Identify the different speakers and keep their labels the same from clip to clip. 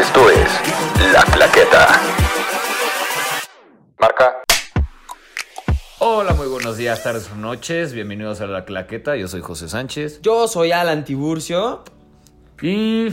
Speaker 1: Esto es La Claqueta. Marca.
Speaker 2: Hola, muy buenos días, tardes o noches. Bienvenidos a La Claqueta. Yo soy José Sánchez.
Speaker 3: Yo soy Alan Tiburcio.
Speaker 2: Y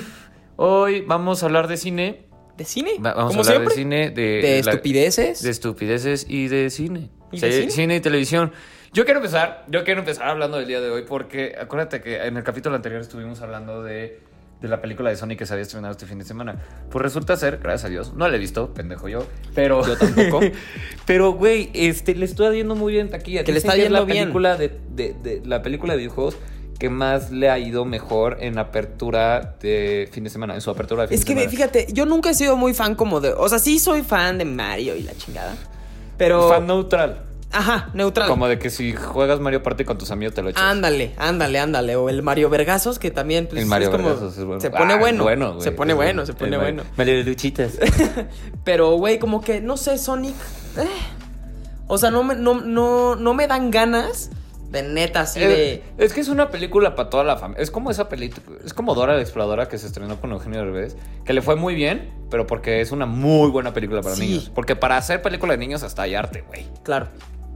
Speaker 2: hoy vamos a hablar de cine.
Speaker 3: ¿De cine?
Speaker 2: Va- Vamos
Speaker 3: como
Speaker 2: a hablar
Speaker 3: siempre.
Speaker 2: de cine, de,
Speaker 3: De
Speaker 2: la-
Speaker 3: estupideces.
Speaker 2: De estupideces y de cine.
Speaker 3: ¿Y
Speaker 2: Sí,
Speaker 3: de
Speaker 2: cine?
Speaker 3: cine?
Speaker 2: y televisión. Yo quiero empezar, yo quiero empezar hablando del día de hoy porque acuérdate que en el capítulo anterior estuvimos hablando de, de la película de Sony que se había estrenado este fin de semana. Pues resulta ser, gracias a Dios, no la he visto, pendejo yo, pero
Speaker 3: Yo tampoco.
Speaker 2: pero güey, este le está yendo muy bien en taquilla.
Speaker 3: Que le
Speaker 2: Dicen
Speaker 3: está
Speaker 2: es la
Speaker 3: yendo bien.
Speaker 2: película de, de- de- la película de videojuegos que más le ha ido mejor en apertura de fin de semana, en su apertura de fin
Speaker 3: Es
Speaker 2: de
Speaker 3: que
Speaker 2: semana.
Speaker 3: fíjate, yo nunca he sido muy fan como de. O sea, sí soy fan de Mario y la chingada. Pero.
Speaker 2: fan neutral.
Speaker 3: Ajá, neutral.
Speaker 2: Como de que si juegas Mario Party con tus amigos te lo echas.
Speaker 3: Ándale, ándale, ándale. O el Mario Vergazos, que también pues,
Speaker 2: el Mario
Speaker 3: es como-
Speaker 2: Bros. es bueno.
Speaker 3: Se pone
Speaker 2: Ah,
Speaker 3: bueno.
Speaker 2: güey.
Speaker 3: se pone
Speaker 2: Es
Speaker 3: bueno, se pone
Speaker 2: El Mario-
Speaker 3: bueno.
Speaker 2: Mario de Luchitas.
Speaker 3: Pero, güey, como que, no sé, Sonic. eh. O sea, no me, no, no, no me dan ganas de neta así
Speaker 2: Eh,
Speaker 3: de.
Speaker 2: es que es una película para toda la familia. Es como esa película. Es como Dora la Exploradora que se estrenó con Eugenio Derbez. Que le fue muy bien, pero porque es una muy buena película para
Speaker 3: Sí.
Speaker 2: niños. Porque para hacer película de niños hasta hay arte, güey.
Speaker 3: Claro,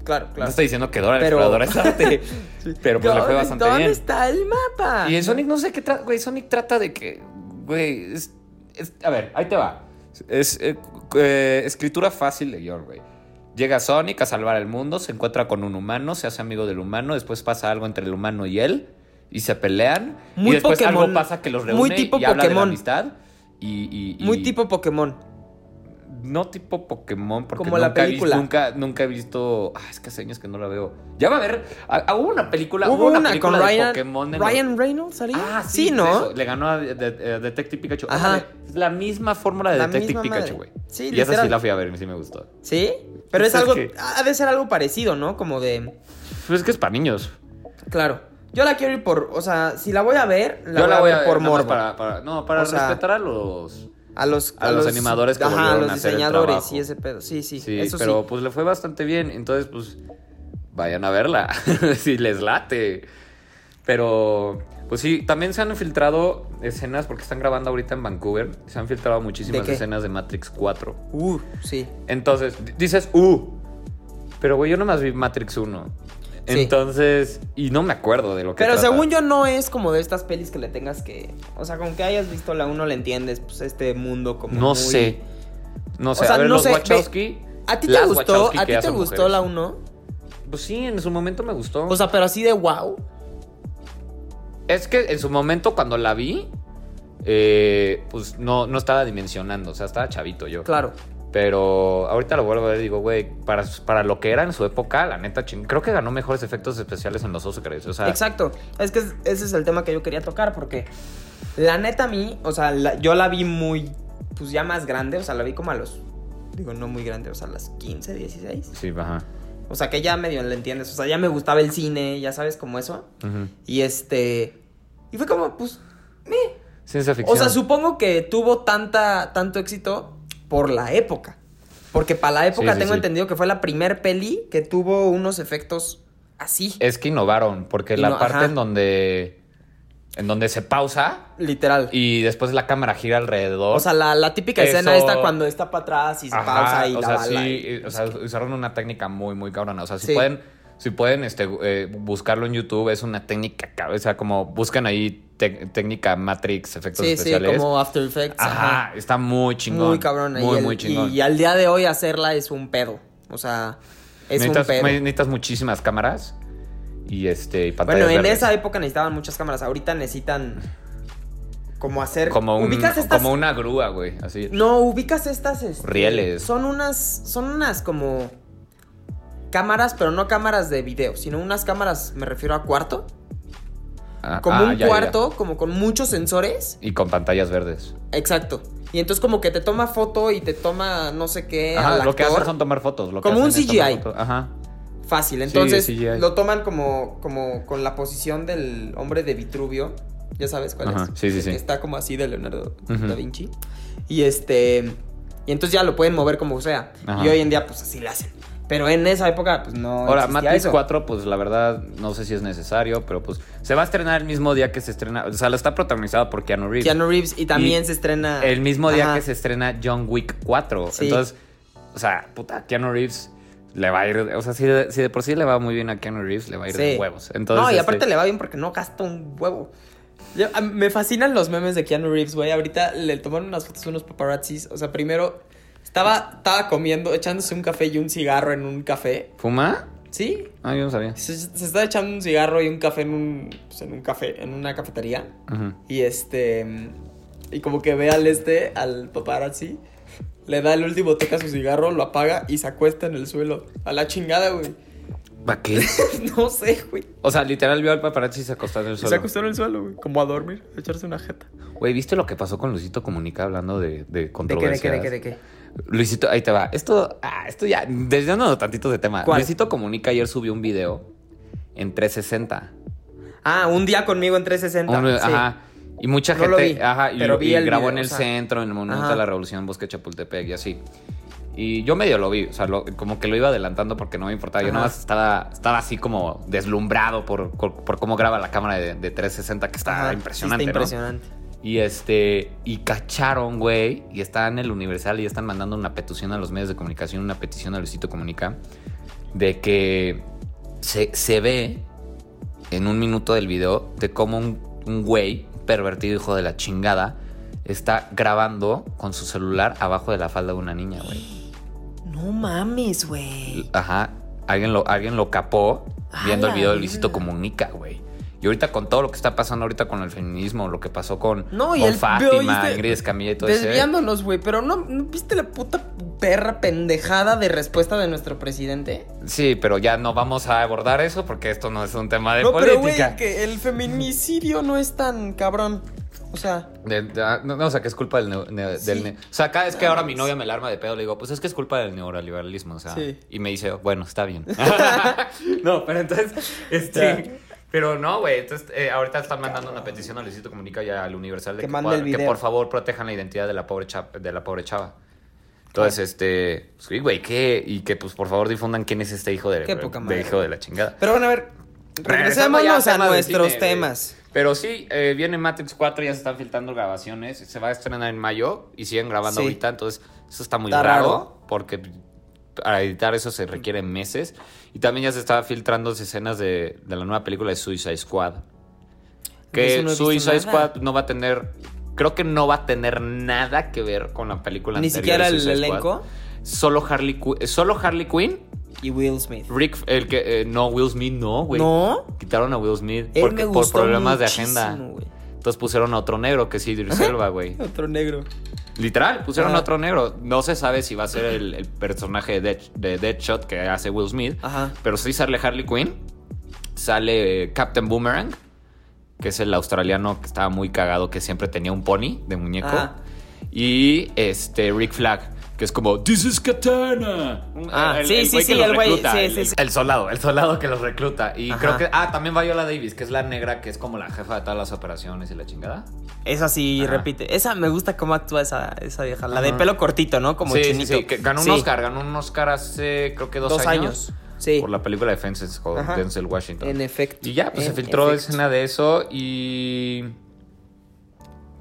Speaker 3: claro,
Speaker 2: No
Speaker 3: claro.
Speaker 2: estoy diciendo que Dora la
Speaker 3: Pero-
Speaker 2: Exploradora es arte. Pero pues le fue
Speaker 3: ¿Dónde-
Speaker 2: bastante
Speaker 3: ¿Dónde
Speaker 2: bien.
Speaker 3: está el mapa?
Speaker 2: Y en Sonic no sé qué trata, güey. Sonic trata de que, güey, es, es- a ver, ahí te va. Es eh, eh, escritura fácil de guión, güey. Llega Sonic a salvar el mundo, se encuentra con un humano, se hace amigo del humano, después pasa algo entre el humano y él y se pelean. y
Speaker 3: Muy
Speaker 2: después algo
Speaker 3: Pokémon.
Speaker 2: pasa que los reúne
Speaker 3: Muy tipo
Speaker 2: y habla de la
Speaker 3: Pokémon.
Speaker 2: amistad. Y, y- y-
Speaker 3: Muy tipo Pokémon.
Speaker 2: No tipo Pokémon, porque
Speaker 3: Como la
Speaker 2: nunca he visto-
Speaker 3: película.
Speaker 2: nunca, nunca he visto. Ah, es que hace años que no la veo. Ya va a haber. ah, ah, Hubo una película.
Speaker 3: Hubo una,
Speaker 2: película
Speaker 3: con
Speaker 2: de
Speaker 3: Ryan,
Speaker 2: Pokémon en los-
Speaker 3: Ryan Reynolds, ¿haría?
Speaker 2: Ah, sí,
Speaker 3: sí, ¿no?
Speaker 2: eso, Le ganó a, de- de- a Detective Pikachu.
Speaker 3: Ajá.
Speaker 2: Órale, Es la misma fórmula de
Speaker 3: La
Speaker 2: Detective
Speaker 3: misma
Speaker 2: Pikachu, güey.
Speaker 3: madre. Sí,
Speaker 2: y esa sí
Speaker 3: literal.
Speaker 2: la fui a ver, y sí me gustó.
Speaker 3: Sí, pero es
Speaker 2: ¿Sabes
Speaker 3: algo,
Speaker 2: qué?
Speaker 3: ha de ser algo parecido, ¿no? Como de,
Speaker 2: Pues es que es para niños.
Speaker 3: claro, yo la quiero ir por, o sea, si la voy a ver, la
Speaker 2: Yo
Speaker 3: voy,
Speaker 2: la
Speaker 3: a ver
Speaker 2: nada
Speaker 3: por
Speaker 2: más
Speaker 3: morbo.
Speaker 2: Para, para- no, para
Speaker 3: O sea,
Speaker 2: respetar a los.
Speaker 3: A los,
Speaker 2: a los animadores que
Speaker 3: ajá, a
Speaker 2: volvieron
Speaker 3: los
Speaker 2: a hacer el
Speaker 3: diseñadores
Speaker 2: trabajo.
Speaker 3: y ese pedo, sí, sí,
Speaker 2: Sí,
Speaker 3: eso
Speaker 2: pero
Speaker 3: sí.
Speaker 2: pues le fue bastante bien. Entonces, pues. Vayan a verla. si les late. Pero. Pues sí, también se han filtrado escenas porque están grabando ahorita en Vancouver. Se han filtrado muchísimas
Speaker 3: qué?
Speaker 2: escenas de Matrix 4.
Speaker 3: Uh, sí.
Speaker 2: Entonces, d- dices, uh. Pero, güey, yo nomás vi Matrix 1.
Speaker 3: Sí.
Speaker 2: Entonces, y no me acuerdo de lo que
Speaker 3: Pero
Speaker 2: trata.
Speaker 3: según yo no es como de estas pelis que le tengas que, o sea, con que hayas visto la uno le entiendes, pues este mundo como
Speaker 2: No
Speaker 3: muy-
Speaker 2: sé. No sé.
Speaker 3: sea,
Speaker 2: a ver,
Speaker 3: no
Speaker 2: los
Speaker 3: sé, ve-
Speaker 2: Wachowski.
Speaker 3: ¿A ti te
Speaker 2: las
Speaker 3: gustó?
Speaker 2: Wachowski
Speaker 3: ¿A
Speaker 2: que
Speaker 3: ti
Speaker 2: ya
Speaker 3: te
Speaker 2: son
Speaker 3: gustó
Speaker 2: mujeres.
Speaker 3: la uno?
Speaker 2: Pues sí, en su momento me gustó.
Speaker 3: O sea, pero así de wow.
Speaker 2: es que en su momento cuando la vi, eh, pues no, no estaba dimensionando. O sea, estaba chavito yo.
Speaker 3: Claro.
Speaker 2: Pero ahorita lo vuelvo a ver y digo, güey, para, para lo que era en su época, la neta, ching- creo que ganó mejores efectos especiales en los Oscars. O sea,
Speaker 3: Exacto. Es que es- ese es el tema que yo quería tocar porque la neta a mí, o sea, la- yo la vi muy, pues ya más grande, o sea, la vi como a los, digo, no muy grande, o sea, a las 15, 16.
Speaker 2: Sí, ajá.
Speaker 3: O sea, que ya medio le entiendes, o sea, ya me gustaba el cine, ya sabes, como eso.
Speaker 2: Ujú.
Speaker 3: Y este, y fue como, pues, meh.
Speaker 2: Ciencia ficción.
Speaker 3: O sea, supongo que tuvo tanta, tanto éxito por la época. Porque para la época
Speaker 2: sí,
Speaker 3: tengo
Speaker 2: sí.
Speaker 3: entendido que fue la primer peli que tuvo unos efectos así,
Speaker 2: Es que innovaron, porque la
Speaker 3: Inno-
Speaker 2: parte
Speaker 3: ajá.
Speaker 2: en donde. En donde se pausa
Speaker 3: literal.
Speaker 2: y después la cámara gira alrededor.
Speaker 3: O sea, la, la típica
Speaker 2: Eso-
Speaker 3: escena está cuando está para atrás y se
Speaker 2: Ajá,
Speaker 3: pausa y
Speaker 2: o
Speaker 3: la
Speaker 2: sea,
Speaker 3: bala.
Speaker 2: sí,
Speaker 3: y-
Speaker 2: eh, o sea, usaron una técnica muy, muy cabrona. O sea, si
Speaker 3: Sí.
Speaker 2: pueden, si pueden este, eh, buscarlo en YouTube, es una técnica, cab- o sea, como buscan ahí tec- técnica Matrix, efectos
Speaker 3: Sí, sí,
Speaker 2: especiales.
Speaker 3: como After Effects.
Speaker 2: Ajá,
Speaker 3: ajá.
Speaker 2: está muy chingón.
Speaker 3: Muy cabrón.
Speaker 2: Muy,
Speaker 3: y el-
Speaker 2: muy chingón.
Speaker 3: Y, al día de hoy hacerla es un pedo. O sea, es
Speaker 2: necesitas,
Speaker 3: un pedo.
Speaker 2: necesitas muchísimas cámaras y este y pantallas
Speaker 3: Bueno, en
Speaker 2: verdes.
Speaker 3: esa época necesitaban muchas cámaras. Ahorita necesitan como hacer...
Speaker 2: como, un-
Speaker 3: ¿Ubicas estas?
Speaker 2: como una grúa, güey, así.
Speaker 3: No, ubicas estas... este,
Speaker 2: Rieles.
Speaker 3: Son unas... Son unas como... Cámaras, pero no cámaras de video, sino unas cámaras, me refiero a cuarto.
Speaker 2: Ah,
Speaker 3: Como
Speaker 2: ah,
Speaker 3: un
Speaker 2: ya, ya, ya.
Speaker 3: cuarto, como con muchos sensores.
Speaker 2: Y con pantallas verdes.
Speaker 3: Exacto. Y entonces como que te toma foto y te toma no sé qué
Speaker 2: Ajá,
Speaker 3: Eh, al
Speaker 2: lo que
Speaker 3: actor.
Speaker 2: hacen son tomar fotos. Lo que
Speaker 3: Como un
Speaker 2: hacen es tomar
Speaker 3: CGI.
Speaker 2: fotos. Ajá.
Speaker 3: fácil.
Speaker 2: Sí,
Speaker 3: Entonces
Speaker 2: CGI.
Speaker 3: lo toman como como con la posición del hombre de Vitruvio. Ya sabes cuál
Speaker 2: Ajá,
Speaker 3: es.
Speaker 2: sí, sí,
Speaker 3: El
Speaker 2: sí.
Speaker 3: que Está como así de Leonardo
Speaker 2: Ujú.
Speaker 3: da Vinci. Y este y entonces ya lo pueden mover como sea.
Speaker 2: Ajá.
Speaker 3: Y hoy en día pues así lo hacen. Pero en esa época, pues no.
Speaker 2: Ahora,
Speaker 3: existía
Speaker 2: Matrix
Speaker 3: eso.
Speaker 2: 4, pues la verdad, no sé si es necesario, pero pues se va a estrenar el mismo día que se estrena. O sea, la está protagonizada por Keanu Reeves.
Speaker 3: Keanu Reeves y también
Speaker 2: Y
Speaker 3: se estrena.
Speaker 2: El mismo día
Speaker 3: Ajá.
Speaker 2: que se estrena John Wick 4.
Speaker 3: Sí.
Speaker 2: Entonces, o sea, puta, Keanu Reeves le va a ir. O sea, si de, si de por sí le va muy bien a Keanu Reeves, le va a ir de
Speaker 3: Sí.
Speaker 2: huevos. Entonces,
Speaker 3: no, y
Speaker 2: este,
Speaker 3: aparte le va bien porque no gasta un huevo. Yo- a- me fascinan los memes de Keanu Reeves, güey. Ahorita le tomaron unas fotos a unos paparazzis. O sea, primero estaba, estaba comiendo, echándose un café y un cigarro en un café.
Speaker 2: ¿Fuma?
Speaker 3: ¿Sí?
Speaker 2: Ah, yo no sabía.
Speaker 3: Se, se estaba echando un cigarro y un café en un, pues, en un café, en una cafetería.
Speaker 2: Ujú.
Speaker 3: Y este. Y como que ve al este, al paparazzi. Le da el último toque a su cigarro, lo apaga y se acuesta en el suelo. A la chingada, güey.
Speaker 2: ¿Para qué?
Speaker 3: No sé, güey.
Speaker 2: O sea, literal vio al paparazzi y se acostó en el
Speaker 3: Se
Speaker 2: suelo.
Speaker 3: acostó en el suelo, güey. Como a dormir, a echarse una jeta.
Speaker 2: Güey, ¿viste lo que pasó con Luisito Comunica hablando de, de controversias?
Speaker 3: qué?
Speaker 2: Luisito, ahí te va. Esto, ah, esto ya, desviándonos tantito de tema.
Speaker 3: ¿Cuál?
Speaker 2: Luisito Comunica ayer subió un video en 360.
Speaker 3: Ah, un día conmigo en 360.
Speaker 2: Un-
Speaker 3: sí.
Speaker 2: Ajá. Y mucha
Speaker 3: No lo
Speaker 2: gente,
Speaker 3: vi,
Speaker 2: ajá, y,
Speaker 3: pero vi
Speaker 2: y
Speaker 3: el
Speaker 2: grabó
Speaker 3: video,
Speaker 2: en el
Speaker 3: o sea.
Speaker 2: centro, en el Monumento
Speaker 3: Ajá.
Speaker 2: a la Revolución, Bosque de Chapultepec y así. Y yo medio lo vi, o sea, lo- como que lo iba adelantando porque no me importaba. Yo
Speaker 3: Ajá.
Speaker 2: nada más estaba, estaba así como deslumbrado por, por, por cómo graba la cámara de, de 360, que está
Speaker 3: Ajá, sí,
Speaker 2: impresionante,
Speaker 3: Está
Speaker 2: ¿no?
Speaker 3: impresionante.
Speaker 2: Y este, y cacharon, güey, y están en el Universal y están mandando una petición a los medios de comunicación, una petición a Luisito Comunica, de que se, se ve en un minuto del video de cómo un, un güey, pervertido hijo de la chingada, está grabando con su celular abajo de la falda de una niña, güey.
Speaker 3: No mames, güey.
Speaker 2: Ajá, alguien lo, alguien lo capó
Speaker 3: A
Speaker 2: viendo el
Speaker 3: la
Speaker 2: video de Luisito
Speaker 3: verga.
Speaker 2: Comunica, güey. Y ahorita con todo lo que está pasando ahorita con el feminismo, lo que pasó con,
Speaker 3: No, y
Speaker 2: con
Speaker 3: el- pero,
Speaker 2: Fátima,
Speaker 3: ¿viste?
Speaker 2: Ingrid Escamilla y todo eso.
Speaker 3: Desviándonos, güey, pero no, ¿no viste la puta perra pendejada de respuesta de nuestro presidente?
Speaker 2: Sí, pero ya no vamos a abordar eso porque esto no es un tema de
Speaker 3: no,
Speaker 2: política.
Speaker 3: pero güey, que el feminicidio no es tan cabrón. O sea,
Speaker 2: De- de- no, no, o sea, que es culpa del... neo- neo-
Speaker 3: Sí.
Speaker 2: del neo- o sea, cada vez que
Speaker 3: No,
Speaker 2: ahora mi
Speaker 3: mames.
Speaker 2: novia me alarma de pedo, le digo, pues es que es culpa del neoliberalismo, o sea.
Speaker 3: Sí.
Speaker 2: Y me dice, bueno, está bien. no, pero entonces... Este,
Speaker 3: Ya.
Speaker 2: Pero no, güey, entonces eh, ahorita están mandando una petición a Luisito Comunica y al Universal de
Speaker 3: Que
Speaker 2: que,
Speaker 3: mande
Speaker 2: pueda-
Speaker 3: el
Speaker 2: que
Speaker 3: video.
Speaker 2: por favor protejan la identidad de la pobre, cha- de la pobre chava. Entonces, este... Sí, güey, ¿qué? Y que, pues, por favor, difundan quién es este hijo de,
Speaker 3: Qué poca
Speaker 2: de
Speaker 3: madre.
Speaker 2: hijo de la chingada.
Speaker 3: pero bueno, a ver,
Speaker 2: Regresando
Speaker 3: regresémonos
Speaker 2: ya
Speaker 3: a
Speaker 2: tema de
Speaker 3: nuestros
Speaker 2: cine, güey.
Speaker 3: temas.
Speaker 2: Pero sí, eh, viene Matrix 4, ya se están filtrando grabaciones. Se va a estrenar en mayo y siguen grabando
Speaker 3: Sí.
Speaker 2: ahorita. Entonces, eso está muy
Speaker 3: Está
Speaker 2: raro,
Speaker 3: raro.
Speaker 2: porque para editar eso se requieren meses. Y también ya se están filtrando escenas de, de la nueva película de Suicide Squad.
Speaker 3: De
Speaker 2: Que
Speaker 3: eso no he visto
Speaker 2: Suicide
Speaker 3: nada.
Speaker 2: Squad no va a tener. Creo que no va a tener nada que ver con la película
Speaker 3: Ni
Speaker 2: anterior.
Speaker 3: siquiera
Speaker 2: de
Speaker 3: el
Speaker 2: Suicide Squad.
Speaker 3: elenco
Speaker 2: Solo Harley, Qu- solo Harley Quinn.
Speaker 3: y Will Smith.
Speaker 2: Rick, el que. eh, no, Will Smith no, güey.
Speaker 3: ¿No?
Speaker 2: Quitaron a Will Smith
Speaker 3: Él
Speaker 2: porque,
Speaker 3: me
Speaker 2: por
Speaker 3: gustó
Speaker 2: problemas de
Speaker 3: muchísimo,
Speaker 2: agenda.
Speaker 3: güey.
Speaker 2: Entonces pusieron a otro negro que es Idris Elba, güey.
Speaker 3: Otro negro.
Speaker 2: Literal, pusieron a
Speaker 3: Ajá.
Speaker 2: otro negro. No se sabe si va a ser el, el personaje de, Death- de Deadshot que hace Will Smith.
Speaker 3: Ajá.
Speaker 2: Pero sí sale Harley Quinn. Sale eh, Captain Boomerang, que es el australiano que estaba muy cagado, que siempre tenía un pony de muñeco.
Speaker 3: Ajá.
Speaker 2: Y este Rick Flag, que es como This is Katana.
Speaker 3: Ah, sí, sí,
Speaker 2: güey que
Speaker 3: sí,
Speaker 2: los
Speaker 3: el güey,
Speaker 2: recluta,
Speaker 3: sí,
Speaker 2: el-
Speaker 3: sí, sí.
Speaker 2: El soldado, el soldado que los recluta. Y
Speaker 3: Ajá.
Speaker 2: creo que. Ah, también Viola Davis, que es la negra, que es como la jefa de todas las operaciones y la chingada.
Speaker 3: Esa sí
Speaker 2: Ajá.
Speaker 3: repite. Esa me gusta cómo actúa esa, esa vieja. La de
Speaker 2: Ajá.
Speaker 3: pelo cortito, ¿no? Como
Speaker 2: sí, sí,
Speaker 3: chinito.
Speaker 2: sí, que ganó un
Speaker 3: Sí,
Speaker 2: Oscar, ganó un Oscar hace creo que dos,
Speaker 3: Dos
Speaker 2: años.
Speaker 3: años. Sí.
Speaker 2: Por la película de Fences con
Speaker 3: Ajá.
Speaker 2: Denzel Washington.
Speaker 3: En efecto.
Speaker 2: y ya, pues se
Speaker 3: en
Speaker 2: filtró
Speaker 3: efecto.
Speaker 2: escena de eso y.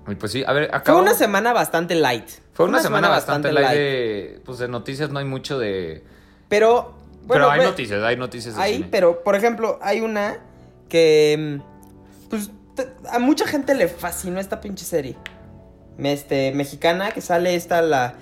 Speaker 2: Y pues sí, a ver, acá.
Speaker 3: Fue una semana bastante light.
Speaker 2: Fue una, semana, bastante, light de. Pues de noticias no hay mucho de.
Speaker 3: Pero. Bueno,
Speaker 2: pero hay
Speaker 3: ve-
Speaker 2: noticias, hay noticias de
Speaker 3: Ahí,
Speaker 2: cine.
Speaker 3: pero, por ejemplo, hay una que. mm, Pues t- a mucha gente le fascinó esta pinche serie. Me- Este, mexicana, que sale esta la.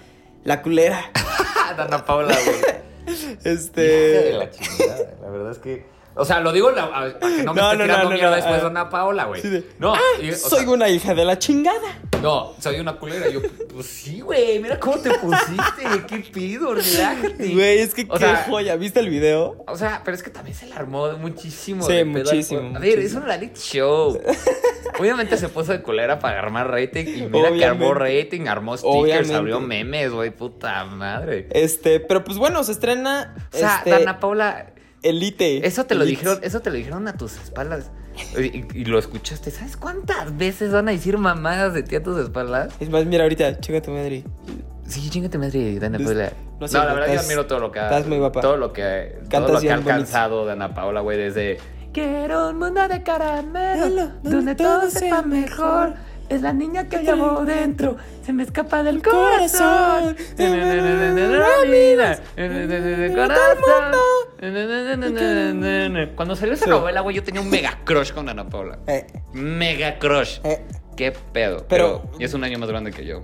Speaker 3: La culera.
Speaker 2: Ah, Dana Paula, güey. Hija de
Speaker 3: Este.
Speaker 2: la chingada, la verdad es que. O sea, lo digo la, a, a que no me
Speaker 3: No,
Speaker 2: esté
Speaker 3: no,
Speaker 2: tirando
Speaker 3: no, no,
Speaker 2: mierda
Speaker 3: no,
Speaker 2: después
Speaker 3: ah.
Speaker 2: Dana Paola, güey.
Speaker 3: Sí, de- "Ah,
Speaker 2: no, y- o
Speaker 3: Soy
Speaker 2: sea,
Speaker 3: una hija de la chingada.
Speaker 2: no, soy una culera. Yo, pues sí, güey, mira cómo te pusiste, güey, qué pido, relájate.
Speaker 3: Güey, es que
Speaker 2: O
Speaker 3: qué
Speaker 2: sea-
Speaker 3: joya. ¿Viste el video?
Speaker 2: O sea, pero es que también se la armó muchísimo.
Speaker 3: Sí,
Speaker 2: de pedo al-
Speaker 3: muchísimo,
Speaker 2: A ver, es
Speaker 3: muchísimo.
Speaker 2: un reality show. Obviamente se puso de culera para armar rating. Y mira que
Speaker 3: Obviamente.
Speaker 2: armó rating, armó stickers,
Speaker 3: Obviamente.
Speaker 2: abrió memes, güey, puta madre.
Speaker 3: Este, pero pues bueno, se estrena.
Speaker 2: O sea,
Speaker 3: este,
Speaker 2: Dana Paula,
Speaker 3: Elite.
Speaker 2: Eso te lo
Speaker 3: Elite.
Speaker 2: dijeron, eso te lo dijeron a tus espaldas. Y, y lo escuchaste. ¿Sabes cuántas veces van a decir mamadas de ti a tus espaldas?
Speaker 3: Es más, mira ahorita, checa tu madre.
Speaker 2: Sí, chingate madre, Dana
Speaker 3: Des-
Speaker 2: Paola.
Speaker 3: no
Speaker 2: No,
Speaker 3: es cierto,
Speaker 2: la verdad
Speaker 3: estás-
Speaker 2: yo admiro todo lo que ha...
Speaker 3: estás muy guapa.
Speaker 2: Todo lo que, todo lo
Speaker 3: Cantas
Speaker 2: que ha
Speaker 3: bien bonito.
Speaker 2: alcanzado Dana Paola, güey, desde... Quiero un mundo de caramelo,
Speaker 3: Donde todo sea mejor.
Speaker 2: Es la niña que
Speaker 3: Cállate.
Speaker 2: dentro, se me escapa del
Speaker 3: Corazón.
Speaker 2: Corazón. Cuando salió esa
Speaker 3: Sí.
Speaker 2: novela, güey, yo tenía un mega crush con Dana Paola.
Speaker 3: Eh,
Speaker 2: Mega crush.
Speaker 3: eh,
Speaker 2: ¿Qué pedo?
Speaker 3: Pero-
Speaker 2: Pero, es un año más grande que yo.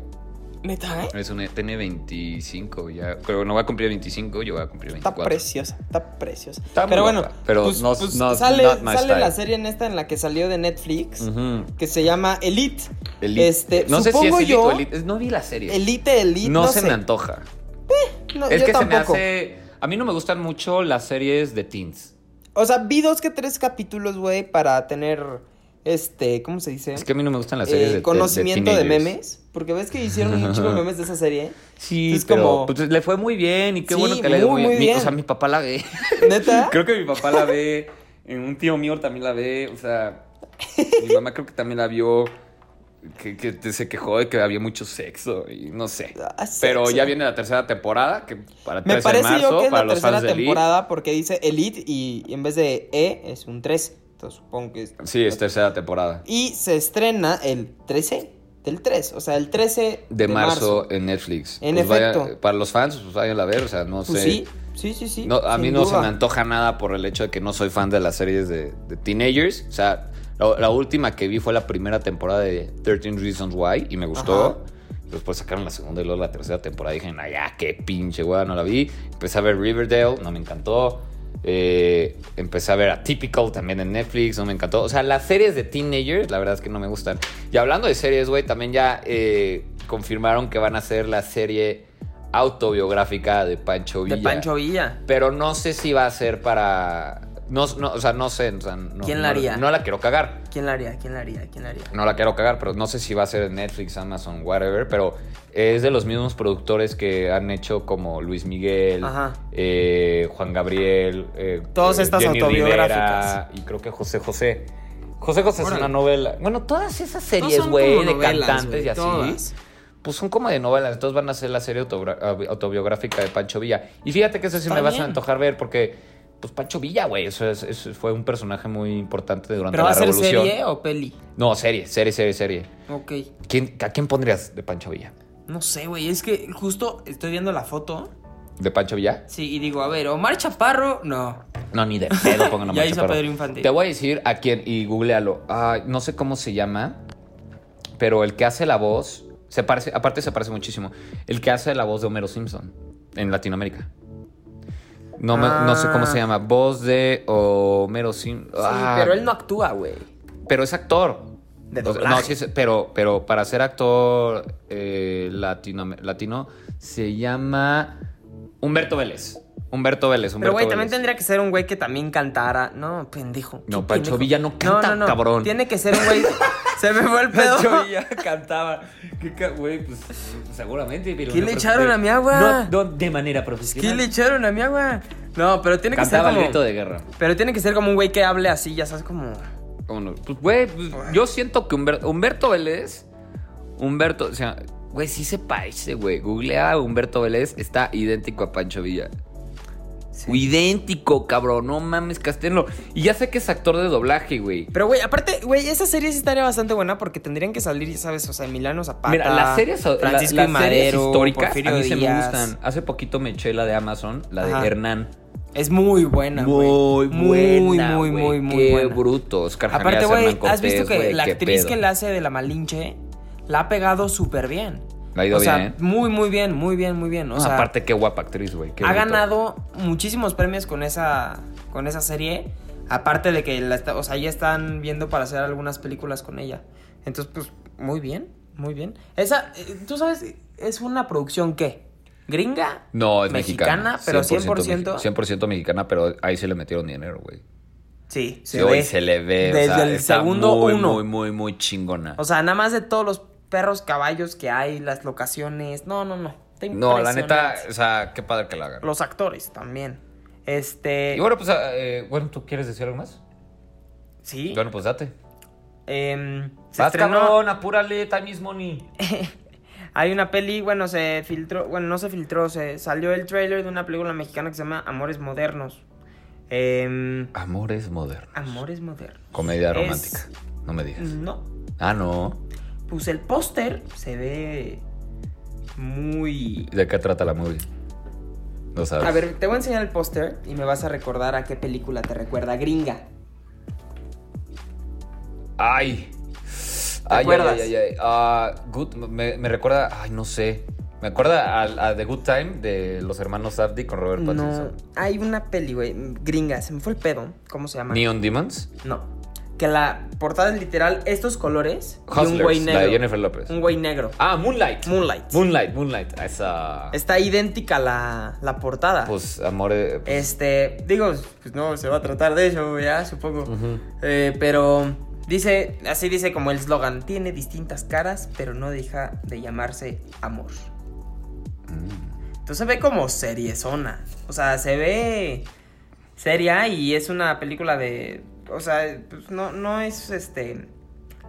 Speaker 3: Neta, ¿eh?
Speaker 2: Es un, tiene 25 ya. Creo no va a cumplir 25, yo voy a cumplir
Speaker 3: Está
Speaker 2: 24.
Speaker 3: preciosa, está preciosa.
Speaker 2: Está muy
Speaker 3: pero bueno,
Speaker 2: guapa, pero
Speaker 3: pues-
Speaker 2: no-
Speaker 3: pues
Speaker 2: no-
Speaker 3: sale,
Speaker 2: not my
Speaker 3: sale la
Speaker 2: style.
Speaker 3: serie en esta en la que salió de Netflix,
Speaker 2: Ujú.
Speaker 3: que se llama Elite.
Speaker 2: Elite.
Speaker 3: Este,
Speaker 2: no sé si es
Speaker 3: supongo
Speaker 2: Elite
Speaker 3: yo,
Speaker 2: o Elite. No vi la serie.
Speaker 3: Elite, Elite,
Speaker 2: no,
Speaker 3: no,
Speaker 2: se
Speaker 3: sé.
Speaker 2: me antoja.
Speaker 3: No,
Speaker 2: es
Speaker 3: yo
Speaker 2: que
Speaker 3: tampoco.
Speaker 2: se me hace. A mí no me gustan mucho las series de teens.
Speaker 3: O sea, vi dos que tres capítulos, güey, para tener, este, ¿cómo se dice?
Speaker 2: Es que a mí no me gustan las series
Speaker 3: Eh,
Speaker 2: de de- de
Speaker 3: conocimiento de,
Speaker 2: teenagers.
Speaker 3: memes. Porque ves que hicieron un chico de memes de esa serie.
Speaker 2: Sí,
Speaker 3: Es
Speaker 2: pero
Speaker 3: como-
Speaker 2: pues, le fue muy bien y qué
Speaker 3: Sí,
Speaker 2: bueno que le dio
Speaker 3: muy,
Speaker 2: muy,
Speaker 3: muy
Speaker 2: Mi-
Speaker 3: bien.
Speaker 2: O sea, mi papá la ve.
Speaker 3: ¿Neta?
Speaker 2: creo que mi papá la ve. en Un tío mío también la ve. O sea, mi mamá creo que también la vio. Que, que te- se quejó de que había mucho sexo y no sé.
Speaker 3: Ah, sexo.
Speaker 2: Pero ya viene la tercera temporada, que para
Speaker 3: Me
Speaker 2: 13 de
Speaker 3: parece yo
Speaker 2: marzo,
Speaker 3: que es
Speaker 2: para
Speaker 3: la
Speaker 2: los fans
Speaker 3: tercera
Speaker 2: de Elite.
Speaker 3: temporada porque dice Elite y en vez de E es un 3. Entonces supongo que es...
Speaker 2: Sí, es tercera temporada.
Speaker 3: Y se estrena el 13 del 3. O sea, el 13
Speaker 2: De, marzo, en Netflix.
Speaker 3: En
Speaker 2: Pues vaya-
Speaker 3: efecto.
Speaker 2: para los fans, pues vayan a ver. O sea, no
Speaker 3: Pues
Speaker 2: sé.
Speaker 3: sí, sí, sí, sí.
Speaker 2: No, a
Speaker 3: sin
Speaker 2: mí no se
Speaker 3: duda.
Speaker 2: me antoja nada por el hecho de que no soy fan de las series de, de teenagers. O sea, la, la última que vi fue la primera temporada de 13 Reasons Why y me gustó. Después sacaron la segunda y luego la tercera temporada. Y dije, "Nah, ya, qué pinche weá, no la vi. Empecé a ver Riverdale, no me encantó. Eh, empecé a ver Atypical también en Netflix, no me encantó. O sea, las series de teenagers, la verdad es que no me gustan. Y hablando de series, güey, también ya eh, confirmaron que van a hacer la serie autobiográfica de Pancho Villa.
Speaker 3: De Pancho Villa.
Speaker 2: Pero no sé si va a ser para. No, no, o sea, no sé. o sea, no-
Speaker 3: ¿Quién la
Speaker 2: no-
Speaker 3: haría?
Speaker 2: No, la quiero cagar.
Speaker 3: ¿Quién la haría? ¿Quién la haría? ¿Quién la haría?
Speaker 2: No la quiero cagar, pero no sé si va a ser en Netflix, Amazon, whatever. Pero es de los mismos productores que han hecho como Luis Miguel,
Speaker 3: Ajá.
Speaker 2: eh, Juan Gabriel, eh,
Speaker 3: Todas
Speaker 2: eh,
Speaker 3: estas
Speaker 2: Jenny
Speaker 3: autobiográficas.
Speaker 2: Rivera, y creo que José José. José José
Speaker 3: Órale.
Speaker 2: es una novela. Bueno, todas esas
Speaker 3: Todos
Speaker 2: series,
Speaker 3: son
Speaker 2: güey,
Speaker 3: como
Speaker 2: de
Speaker 3: novelas,
Speaker 2: cantantes
Speaker 3: güey,
Speaker 2: y así
Speaker 3: todas.
Speaker 2: pues son como de novelas, entonces van a hacer la serie autobra- eh, autobiográfica de Pancho Villa. Y fíjate que eso sí
Speaker 3: Está
Speaker 2: me vas
Speaker 3: bien.
Speaker 2: a antojar ver porque, pues Pancho Villa, güey, eso, es- eso fue un personaje muy importante durante
Speaker 3: ¿Pero va
Speaker 2: la
Speaker 3: a ser
Speaker 2: revolución.
Speaker 3: serie o peli?
Speaker 2: No, serie, serie, serie, serie.
Speaker 3: Ok.
Speaker 2: ¿Quién- ¿A quién pondrías de Pancho Villa?
Speaker 3: No sé, güey. Es que justo estoy viendo la foto.
Speaker 2: ¿De Pancho Villa?
Speaker 3: Sí, y digo, a ver, Omar Chaparro, no.
Speaker 2: No, ni de pedo pongan a
Speaker 3: Ya
Speaker 2: Macho
Speaker 3: hizo a
Speaker 2: Parro.
Speaker 3: Pedro Infante.
Speaker 2: Te voy a decir a quién y googlealo. Ah, no sé cómo se llama, pero el que hace la voz, se parece, aparte se parece muchísimo, el que hace la voz de Homero Simpson en Latinoamérica. No, me- no sé cómo
Speaker 3: Ah.
Speaker 2: se llama. Voz de Homero Simpson.
Speaker 3: pero él no actúa, güey.
Speaker 2: Pero es actor.
Speaker 3: De
Speaker 2: O sea,
Speaker 3: doblaje.
Speaker 2: no, sí es- pero, pero para ser actor eh, latino, latino se llama Humberto Vélez. Humberto Vélez.
Speaker 3: Pero,
Speaker 2: Humberto
Speaker 3: güey, también
Speaker 2: Vélez.
Speaker 3: tendría que ser un güey que también cantara. No, pendejo.
Speaker 2: No, Pancho
Speaker 3: Qué pendejo.
Speaker 2: Villa no canta, cabrón.
Speaker 3: Tiene que ser un güey. Se me fue el pedo.
Speaker 2: Pancho Villa cantaba. ¿Qué ca- güey? Pues seguramente. Pero
Speaker 3: ¿Qué
Speaker 2: no
Speaker 3: le
Speaker 2: profe-
Speaker 3: echaron a mi agua?
Speaker 2: No, no de manera
Speaker 3: ¿Qué
Speaker 2: profesional.
Speaker 3: le echaron a mi agua? No, pero tiene que
Speaker 2: Cantaba
Speaker 3: ser.
Speaker 2: el
Speaker 3: Como...
Speaker 2: grito de guerra.
Speaker 3: Pero tiene que ser como un güey que hable así, ya sabes, como.
Speaker 2: ¿Cómo no? Pues, güey, pues, yo siento que Humberto, Humberto Vélez. Humberto, o sea, güey, sí se parece, güey. Googlea a Humberto Vélez, está idéntico a Pancho Villa.
Speaker 3: Sí.
Speaker 2: Idéntico, cabrón. No mames, Castenlo. Y ya sé que es actor de doblaje, güey.
Speaker 3: Pero, güey, aparte, güey, esa serie sí estaría bastante buena porque tendrían que salir, ya sabes, o sea, Emiliano Zapata.
Speaker 2: Mira, las series, la-
Speaker 3: Francisco
Speaker 2: las
Speaker 3: y
Speaker 2: series
Speaker 3: Madero,
Speaker 2: históricas
Speaker 3: Porfirio
Speaker 2: a mí se me
Speaker 3: Díaz.
Speaker 2: gustan. Hace poquito me eché la de Amazon, la
Speaker 3: Ajá.
Speaker 2: de Hernán.
Speaker 3: Es muy buena,
Speaker 2: Muy
Speaker 3: güey.
Speaker 2: buena,
Speaker 3: Muy, muy,
Speaker 2: güey.
Speaker 3: muy, muy
Speaker 2: Qué
Speaker 3: buena.
Speaker 2: bruto, Oscar
Speaker 3: Aparte,
Speaker 2: Janeas,
Speaker 3: güey,
Speaker 2: Hernán
Speaker 3: ¿has visto
Speaker 2: Cortés,
Speaker 3: que
Speaker 2: güey,
Speaker 3: la
Speaker 2: qué
Speaker 3: actriz
Speaker 2: pedo.
Speaker 3: que la hace de la Malinche la ha pegado súper bien?
Speaker 2: Le ha ido
Speaker 3: o sea,
Speaker 2: bien, ¿eh?
Speaker 3: muy, muy bien, muy bien, muy bien. O
Speaker 2: No,
Speaker 3: sea,
Speaker 2: aparte, qué guapa actriz, güey. qué
Speaker 3: ha
Speaker 2: bruto.
Speaker 3: ganado muchísimos premios con esa, con esa serie. Aparte de que la está- o sea, ya están viendo para hacer algunas películas con ella. Entonces, pues, muy bien, muy bien. Esa, eh, tú sabes, es una producción que gringa,
Speaker 2: No, es
Speaker 3: mexicana,
Speaker 2: mexicana.
Speaker 3: pero
Speaker 2: 100%.
Speaker 3: 100%.
Speaker 2: 100% mexicana, pero ahí se le metieron dinero, güey.
Speaker 3: Sí,
Speaker 2: Sí, güey, se le ve. o
Speaker 3: Desde
Speaker 2: sea,
Speaker 3: el
Speaker 2: está
Speaker 3: segundo
Speaker 2: muy,
Speaker 3: uno.
Speaker 2: Muy, muy, muy chingona.
Speaker 3: O sea, nada más de todos los perros, caballos que hay, las locaciones. No, no, no. Está
Speaker 2: no, la neta,
Speaker 3: impresionante.
Speaker 2: o sea, qué padre que la hagan.
Speaker 3: Los actores también. Este.
Speaker 2: Y bueno, pues, eh, bueno, ¿tú quieres decir algo más?
Speaker 3: sí.
Speaker 2: Bueno, pues date.
Speaker 3: em, se
Speaker 2: Vas,
Speaker 3: estrenó.
Speaker 2: cabrón, apúrale, time is money.
Speaker 3: Hay una peli, bueno, se filtró, bueno, no se filtró, se salió el tráiler de una película mexicana que se llama Amores Modernos. Em,
Speaker 2: Amores modernos.
Speaker 3: Amores Modernos.
Speaker 2: Comedia
Speaker 3: Es-
Speaker 2: romántica. No me digas.
Speaker 3: No,
Speaker 2: Ah, no.
Speaker 3: pues el póster se ve muy...
Speaker 2: ¿De qué trata la movie? No sabes.
Speaker 3: A ver, te voy a enseñar el póster y me vas a recordar a qué película te recuerda, gringa.
Speaker 2: Ay. Ay, ay,
Speaker 3: acuerdas?
Speaker 2: ay, ay, ay. Ah, good, me, me recuerda. Ay, no sé. Me acuerda a, a The Good Time de los hermanos Safdie con Robert
Speaker 3: No,
Speaker 2: Pattinson.
Speaker 3: pues hay una peli, güey, gringa, se me fue el pedo, ¿cómo se llama?
Speaker 2: Neon Demons.
Speaker 3: No. Que la portada es literal estos colores y un güey
Speaker 2: Hustlers, la de
Speaker 3: negro.
Speaker 2: Jennifer López.
Speaker 3: Un güey negro.
Speaker 2: Ah, Moonlight.
Speaker 3: Moonlight.
Speaker 2: Moonlight, Moonlight. Esa.
Speaker 3: Está idéntica la, la portada.
Speaker 2: Pues, amor. eh, pues,
Speaker 3: Este, digo, pues no se va a tratar de eso, ya supongo. Eh, pero dice, así dice como el slogan, tiene distintas caras, pero no deja de llamarse amor. Entonces se ve como seriezona. O sea, se ve seria y es una película de. O sea, pues no, no es este.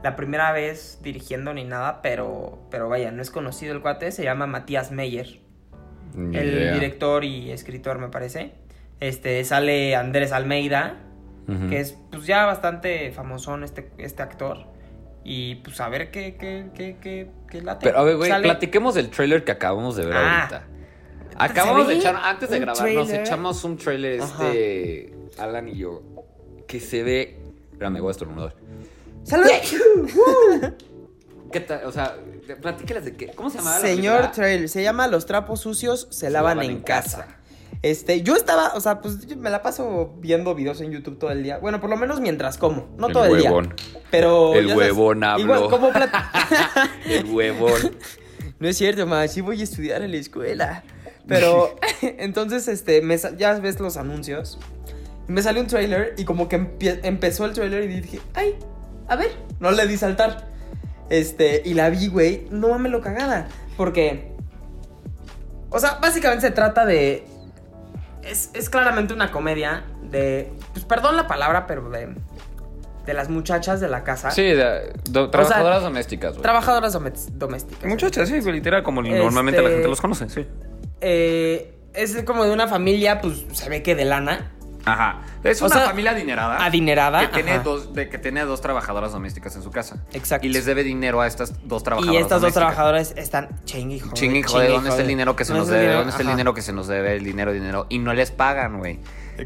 Speaker 3: La primera vez dirigiendo ni nada, pero, pero vaya, no es conocido el cuate, se llama Matías Meyer
Speaker 2: ni
Speaker 3: el
Speaker 2: idea.
Speaker 3: director y escritor, me parece. Este, sale Andrés Almeida,
Speaker 2: Ujú.
Speaker 3: que es pues ya bastante famosón este, este actor. Y pues a ver qué, qué, qué, qué, qué late.
Speaker 2: Pero a ver, güey,
Speaker 3: Sale-
Speaker 2: platiquemos del trailer que acabamos de ver
Speaker 3: Ah.
Speaker 2: ahorita. Acabamos
Speaker 3: ve
Speaker 2: de echar, antes de
Speaker 3: un
Speaker 2: grabar, nos
Speaker 3: tráiler.
Speaker 2: echamos un trailer
Speaker 3: Ajá.
Speaker 2: este, Alan y yo, que se ve... Espérame, voy a estornudar.
Speaker 3: ¡Salud!
Speaker 2: ¿Qué tal? O sea, de- platíquelas de qué. ¿Cómo se llamaba la
Speaker 3: Señor
Speaker 2: película?
Speaker 3: Trailer, se llama Los trapos sucios se, lavan, en casa. Este, yo estaba, o sea, pues yo me la paso viendo videos en YouTube todo el día. Bueno, por lo menos mientras como, no
Speaker 2: El
Speaker 3: todo el
Speaker 2: huevón.
Speaker 3: día. Pero
Speaker 2: El
Speaker 3: ya sabes,
Speaker 2: huevón habló.
Speaker 3: Igual, como plat-
Speaker 2: El huevón.
Speaker 3: No es cierto, ma, sí voy a estudiar en la escuela. Pero entonces, este, me sa- ya ves los anuncios. Y me salió un trailer y como que empie- empezó el trailer y dije, ay, a ver, no le di saltar. Este, y la vi, güey, no mames lo cagada. Porque, o sea, básicamente se trata de... Es, es claramente una comedia de... Pues perdón la palabra, pero de... De las muchachas de la casa.
Speaker 2: Sí, de- do- trabajadoras domésticas, güey.
Speaker 3: Trabajadoras domes- domésticas.
Speaker 2: Muchachas, sí, literal, como
Speaker 3: Este- normalmente la gente los
Speaker 2: conoce, sí.
Speaker 3: Eh, es como de una familia, pues se ve que de lana,
Speaker 2: Ajá. Es
Speaker 3: O
Speaker 2: una
Speaker 3: sea,
Speaker 2: familia adinerada.
Speaker 3: adinerada.
Speaker 2: Ah, Que tiene,
Speaker 3: ajá.
Speaker 2: dos, de, que tiene a dos trabajadoras domésticas en su casa.
Speaker 3: Exacto.
Speaker 2: Y les debe dinero a estas dos
Speaker 3: Y
Speaker 2: trabajadoras.
Speaker 3: estas dos
Speaker 2: domésticas.
Speaker 3: trabajadoras están chingue y joder.
Speaker 2: Chingue,
Speaker 3: chingue
Speaker 2: joder,
Speaker 3: y
Speaker 2: ¿dónde está el
Speaker 3: joder.
Speaker 2: dinero que se
Speaker 3: ¿Dónde
Speaker 2: nos
Speaker 3: está el
Speaker 2: debe?
Speaker 3: dinero?
Speaker 2: ¿Dónde está el
Speaker 3: Ajá.
Speaker 2: dinero que se nos debe? El dinero, dinero. Y no les pagan, güey.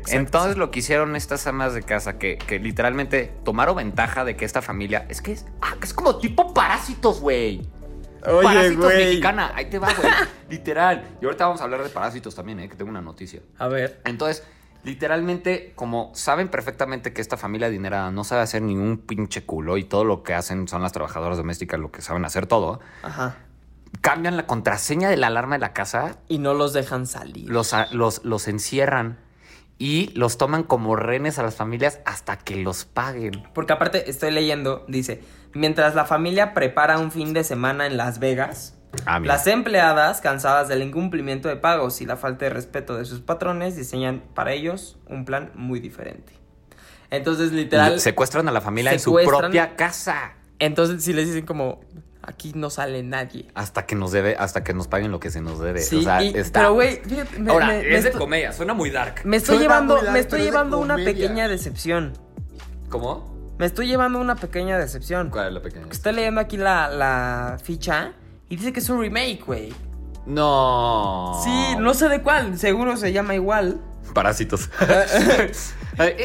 Speaker 2: Entonces lo que hicieron estas amas de casa que, que literalmente tomaron ventaja de que esta familia es que es, ah, que es como tipo parásitos, güey.
Speaker 3: Oye,
Speaker 2: parásitos
Speaker 3: güey.
Speaker 2: mexicana, ahí te va, güey. literal. Y ahorita vamos a hablar de parásitos también, eh, que tengo una noticia.
Speaker 3: A ver.
Speaker 2: Entonces, literalmente, como saben perfectamente que esta familia adinerada no sabe hacer ningún pinche culo y todo lo que hacen son las trabajadoras domésticas lo que saben hacer todo,
Speaker 3: Ajá.
Speaker 2: cambian la contraseña de la alarma de la casa,
Speaker 3: Y no los dejan salir.
Speaker 2: los, a- los, los encierran y los toman como rehenes a las familias hasta que los paguen.
Speaker 3: Porque aparte, estoy leyendo, dice, mientras la familia prepara un fin de semana en Las Vegas,
Speaker 2: Ah, mira.
Speaker 3: las empleadas, cansadas del incumplimiento de pagos y la falta de respeto de sus patrones, diseñan para ellos un plan muy diferente. Entonces, literal...
Speaker 2: Secuestran a la familia en su
Speaker 3: Secuestran-
Speaker 2: propia casa.
Speaker 3: Entonces si les dicen como aquí no sale nadie.
Speaker 2: Hasta que nos debe, hasta que nos paguen lo que se nos debe.
Speaker 3: Sí,
Speaker 2: o sea,
Speaker 3: y-
Speaker 2: está-
Speaker 3: pero güey, fíjate, me,
Speaker 2: Ahora,
Speaker 3: me- me
Speaker 2: es de
Speaker 3: esto-
Speaker 2: comedia, suena muy dark.
Speaker 3: me estoy
Speaker 4: Suena
Speaker 3: llevando,
Speaker 4: muy largo,
Speaker 3: me estoy
Speaker 4: pero es de
Speaker 3: llevando una
Speaker 4: comedia.
Speaker 3: pequeña decepción.
Speaker 2: ¿Cómo?
Speaker 3: Me estoy llevando una pequeña decepción.
Speaker 2: ¿Cuál es la pequeña?
Speaker 3: Estoy leyendo aquí la, la ficha y dice que es un remake, güey.
Speaker 2: No.
Speaker 3: Sí, no sé de cuál, seguro se llama igual.
Speaker 2: Parásitos. es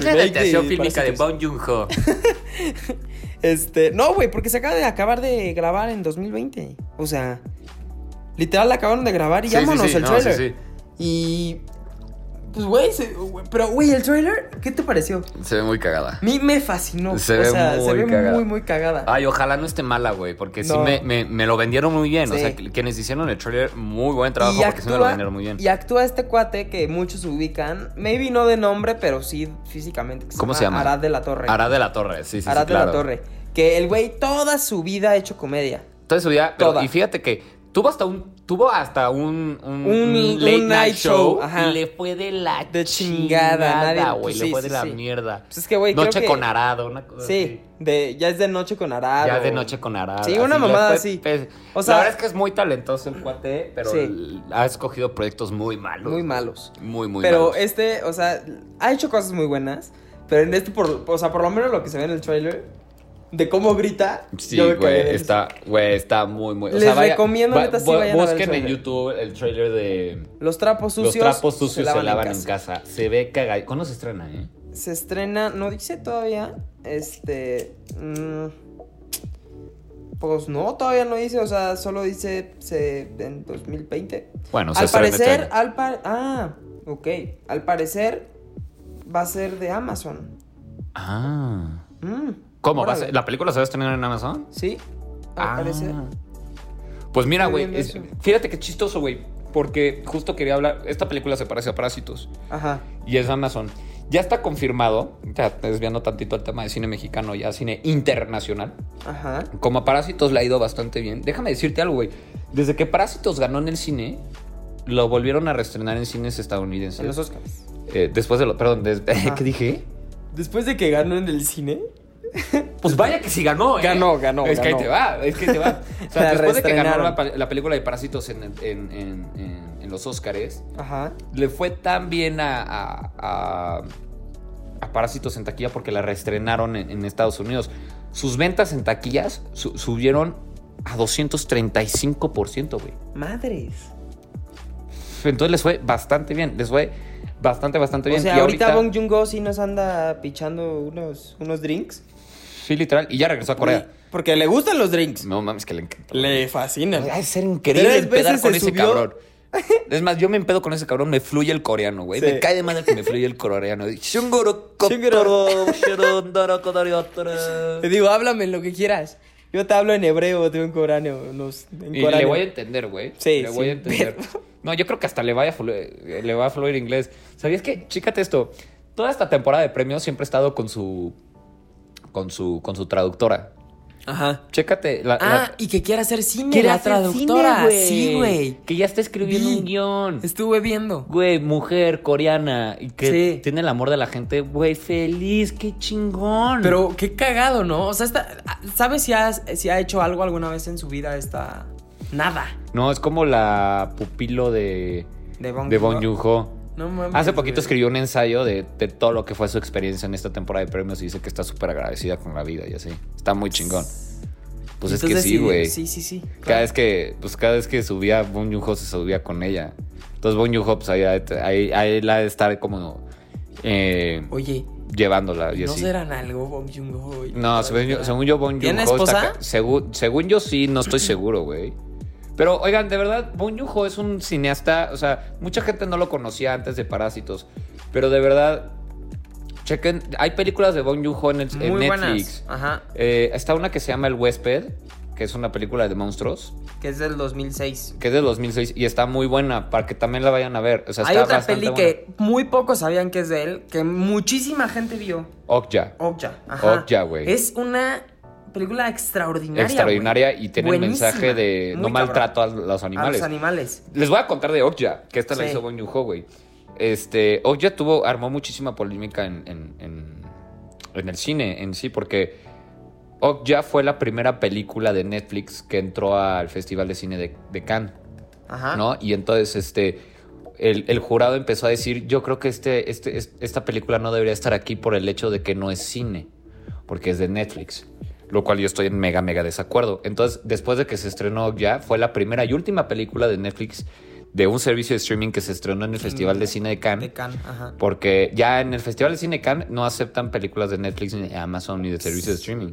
Speaker 2: la adaptación
Speaker 4: de
Speaker 2: fílmica de
Speaker 4: Parásitos.
Speaker 2: Bong Joon-ho.
Speaker 3: Este, no, güey, porque se acaba de acabar de grabar en 2020. O sea, literal acabaron de grabar y
Speaker 2: Sí, sí,
Speaker 3: vámonos
Speaker 2: sí,
Speaker 3: el
Speaker 2: no,
Speaker 3: trailer.
Speaker 2: sí, sí.
Speaker 3: Y pues güey, se- pero güey, el trailer, ¿qué te pareció?
Speaker 2: Se ve muy cagada.
Speaker 3: A mí me fascinó.
Speaker 2: Se
Speaker 3: o
Speaker 2: ve
Speaker 3: sea, se
Speaker 2: muy
Speaker 3: ve
Speaker 2: cagada.
Speaker 3: muy, muy cagada.
Speaker 2: Ay, ojalá no esté mala, güey, porque sí
Speaker 3: No.
Speaker 2: me, me- me lo vendieron muy bien. O
Speaker 3: Sí.
Speaker 2: sea, que- quienes hicieron el trailer, muy buen trabajo, porque sí me lo vendieron muy bien.
Speaker 3: y actúa este cuate que muchos ubican, maybe no de nombre, pero sí físicamente. que
Speaker 2: ¿Cómo se llama?
Speaker 3: Arad de la Torre.
Speaker 2: Arad de la Torre, sí, sí, sí,
Speaker 3: Arad de
Speaker 2: claro.
Speaker 3: la Torre. Que el güey toda su vida ha hecho comedia.
Speaker 2: Toda su vida, pero-
Speaker 3: Toda.
Speaker 2: y fíjate que tuvo hasta un Tuvo hasta un, un,
Speaker 3: Un-
Speaker 2: un late night
Speaker 3: un night show,
Speaker 2: show
Speaker 3: ajá.
Speaker 2: y le fue de la
Speaker 3: De chingada,
Speaker 2: chingada,
Speaker 3: nadie-
Speaker 2: güey.
Speaker 3: pues
Speaker 2: le
Speaker 3: sí,
Speaker 2: fue de
Speaker 3: sí,
Speaker 2: la
Speaker 3: sí.
Speaker 2: mierda.
Speaker 3: Pues es que, güey, creo
Speaker 2: noche
Speaker 3: que-
Speaker 2: con arado, una cosa
Speaker 3: Sí, de, ya es de noche con
Speaker 2: así.
Speaker 3: arado.
Speaker 2: Ya de noche con arado.
Speaker 3: Sí, una
Speaker 2: le
Speaker 3: mamada
Speaker 2: fue
Speaker 3: así.
Speaker 2: pes-
Speaker 3: O sea-
Speaker 2: la verdad es que es muy talentoso el cuate, pero
Speaker 3: Sí.
Speaker 2: l- ha escogido proyectos muy malos.
Speaker 3: Muy malos.
Speaker 2: Muy, muy
Speaker 3: pero
Speaker 2: malos.
Speaker 3: este, o sea, ha hecho cosas muy buenas. Pero en este, por, o sea, por lo menos lo que se ve en el trailer, de cómo grita.
Speaker 2: Sí,
Speaker 3: yo me quedé
Speaker 2: güey,
Speaker 3: de-
Speaker 2: está, güey, está muy, muy...
Speaker 3: Les recomiendo, neta, sí vayan a ver el
Speaker 2: Busquen en
Speaker 3: trailer.
Speaker 2: YouTube el trailer de...
Speaker 3: Los trapos sucios.
Speaker 2: Los trapos sucios se lavan, en, casa. Se ve cagado. ¿Cuándo se estrena, eh?
Speaker 3: Se estrena, no dice todavía. Este. mm, pues no, todavía no dice, o sea, solo dice se, en 2020.
Speaker 2: Bueno, se
Speaker 3: al
Speaker 2: estrena este
Speaker 3: parecer,
Speaker 2: año.
Speaker 3: al par Ah, ok. Al parecer va a ser de Amazon.
Speaker 2: Ah.
Speaker 3: Mm,
Speaker 2: ¿Cómo? ¿Va a
Speaker 3: órale.
Speaker 2: ser- ¿La película se va a estrenar en Amazon?
Speaker 3: Sí, al
Speaker 2: Ah.
Speaker 3: parecer.
Speaker 2: Pues mira,
Speaker 3: Estoy
Speaker 2: güey.
Speaker 3: viendo
Speaker 2: es-
Speaker 3: eso.
Speaker 2: Fíjate qué chistoso, güey. Porque justo quería hablar. Esta película se parece a Parásitos.
Speaker 3: Ajá.
Speaker 2: Y es Amazon. Ya está confirmado, ya desviando tantito al tema de cine mexicano, ya cine internacional.
Speaker 3: Ajá.
Speaker 2: Como a Parásitos le ha ido bastante bien. Déjame decirte algo, güey. Desde que Parásitos ganó en el cine, lo volvieron a reestrenar en cines estadounidenses.
Speaker 3: En los Oscars.
Speaker 2: Eh, después de lo. Perdón, des- ¿qué dije?
Speaker 3: Después de que ganó en el cine.
Speaker 2: Pues vaya que sí ganó, ¿eh?
Speaker 3: Ganó, ganó,
Speaker 2: Es que ahí
Speaker 3: ganó.
Speaker 2: te va, es que ahí te va. O sea,
Speaker 3: La
Speaker 2: después de que ganó
Speaker 3: reestrenaron.
Speaker 2: la, pa- la película de Parásitos en, en- en- en- en los Óscares,
Speaker 3: Ajá.
Speaker 2: le fue tan bien a, a, a- a Parásitos en taquilla porque la reestrenaron en, en Estados Unidos. Sus ventas en taquillas su- subieron a 235%, güey.
Speaker 3: Madres.
Speaker 2: Entonces les fue bastante bien, les fue bastante, bastante bien.
Speaker 3: o sea,
Speaker 2: Y
Speaker 3: ahorita, Bong Joon-go sí nos anda pichando unos, unos drinks.
Speaker 2: Sí, literal, y ya regresó a Corea.
Speaker 3: Porque le gustan los drinks.
Speaker 2: No mames, que le encanta.
Speaker 3: Le fascinan.
Speaker 2: Ha de ser increíble
Speaker 3: Tres
Speaker 2: empedar
Speaker 3: veces
Speaker 2: con
Speaker 3: se
Speaker 2: ese
Speaker 3: subió.
Speaker 2: cabrón. Es más, yo me empedo con ese cabrón, me fluye el coreano, güey.
Speaker 3: Sí.
Speaker 2: Me cae de madre que me fluye el coreano. Shungoro
Speaker 3: Shungoro.
Speaker 2: kotoro, shirondoro kodoriotoro.
Speaker 3: Te digo, háblame lo que quieras. Yo te hablo en hebreo, te digo en coreano. Nos, en
Speaker 2: Y le
Speaker 3: coreano.
Speaker 2: voy a entender, güey.
Speaker 3: Sí,
Speaker 2: Le voy a
Speaker 3: sí,
Speaker 2: entender. No, yo creo que hasta le, vaya a fluir, le va a fluir inglés. ¿Sabías que? Chícate esto. Toda esta temporada de premios siempre he estado con su... Con su, con su traductora.
Speaker 4: Ajá.
Speaker 2: Chécate. La,
Speaker 4: Ah,
Speaker 2: la-
Speaker 4: y que quiere hacer cine,
Speaker 2: Quiere
Speaker 4: la
Speaker 2: hacer
Speaker 4: traductora.
Speaker 2: cine, güey.
Speaker 4: Sí, güey.
Speaker 2: Que ya está escribiendo
Speaker 4: Vi.
Speaker 2: un guión.
Speaker 4: Estuve viendo.
Speaker 2: Güey, mujer coreana y que
Speaker 4: Sí.
Speaker 2: tiene el amor de la gente, güey, feliz, qué chingón.
Speaker 4: Pero qué cagado, ¿no? O sea, esta- ¿sabes si ha, si ha hecho algo alguna vez en su vida esta... Nada.
Speaker 2: no, es como la pupilo de
Speaker 3: De Bong
Speaker 2: de Bon
Speaker 3: Joon-ho.
Speaker 2: Joon-ho.
Speaker 4: No mames,
Speaker 2: Hace poquito
Speaker 4: güey.
Speaker 2: escribió un ensayo de, de todo lo que fue su experiencia en esta temporada de premios y dice que está súper agradecida con la vida y así. Está muy chingón. Pues es que
Speaker 4: Entonces,
Speaker 2: sí, güey.
Speaker 4: Sí, sí, sí.
Speaker 2: Cada vez que, pues cada vez que subía Bon Joon-ho se subía con ella. Entonces Bon Joon-ho, pues ahí, ahí, ahí la ha de estar como eh,
Speaker 4: Oye,
Speaker 2: llevándola y
Speaker 4: ¿no
Speaker 2: así.
Speaker 4: serán algo Bong Joon-ho? y
Speaker 2: No,
Speaker 4: la
Speaker 2: según yo,
Speaker 4: traductora?
Speaker 2: según yo, Bong Joon-ho
Speaker 4: ¿Tiene
Speaker 2: está
Speaker 4: esposa?
Speaker 2: ca- según, según yo sí, no estoy seguro, güey. Pero, oigan, de verdad, Bong Joon-ho es un cineasta, o sea, mucha gente no lo conocía antes de Parásitos, pero de verdad, chequen, hay películas de Bong Joon-ho en, el- en
Speaker 3: Muy
Speaker 2: Netflix.
Speaker 3: buenas. Ajá.
Speaker 2: Eh, está una que se llama El huésped, que es una película de monstruos,
Speaker 3: Que es del 2006.
Speaker 2: que es de 2006 y está muy buena, para que también la vayan a ver. O sea,
Speaker 3: Hay
Speaker 2: está
Speaker 3: otra
Speaker 2: bastante
Speaker 3: peli
Speaker 2: buena.
Speaker 3: que muy pocos sabían que es de él, que muchísima gente vio.
Speaker 2: Okja.
Speaker 3: Okja. Ajá.
Speaker 2: Okja, güey.
Speaker 3: Es una película extraordinaria.
Speaker 2: Extraordinaria
Speaker 3: güey.
Speaker 2: y tiene
Speaker 3: Buenísima.
Speaker 2: el mensaje de no
Speaker 3: Muy cabrón.
Speaker 2: maltrato a los
Speaker 3: A
Speaker 2: animales.
Speaker 3: los animales.
Speaker 2: Les voy a contar de Okja, que esta la
Speaker 3: Sí.
Speaker 2: hizo Bong Joon-ho, güey. Este, Okja tuvo, armó muchísima polémica en, en- en- en el cine en sí, porque Okja fue la primera película de Netflix que entró al Festival de Cine de, de Cannes,
Speaker 3: Ajá.
Speaker 2: ¿no? Y entonces, este, el, el jurado empezó a decir, yo creo que este, este, es- esta película no debería estar aquí por el hecho de que no es cine, porque es de Netflix. Lo cual yo estoy en mega, mega desacuerdo. Entonces, después de que se estrenó ya, fue la primera y última película de Netflix de un servicio de streaming que se estrenó en el Festival de Cine de Cannes.
Speaker 3: De Cannes. Ajá.
Speaker 2: Porque ya en el Festival de Cine Cannes no aceptan películas de Netflix, ni de Amazon, ni de servicios de streaming.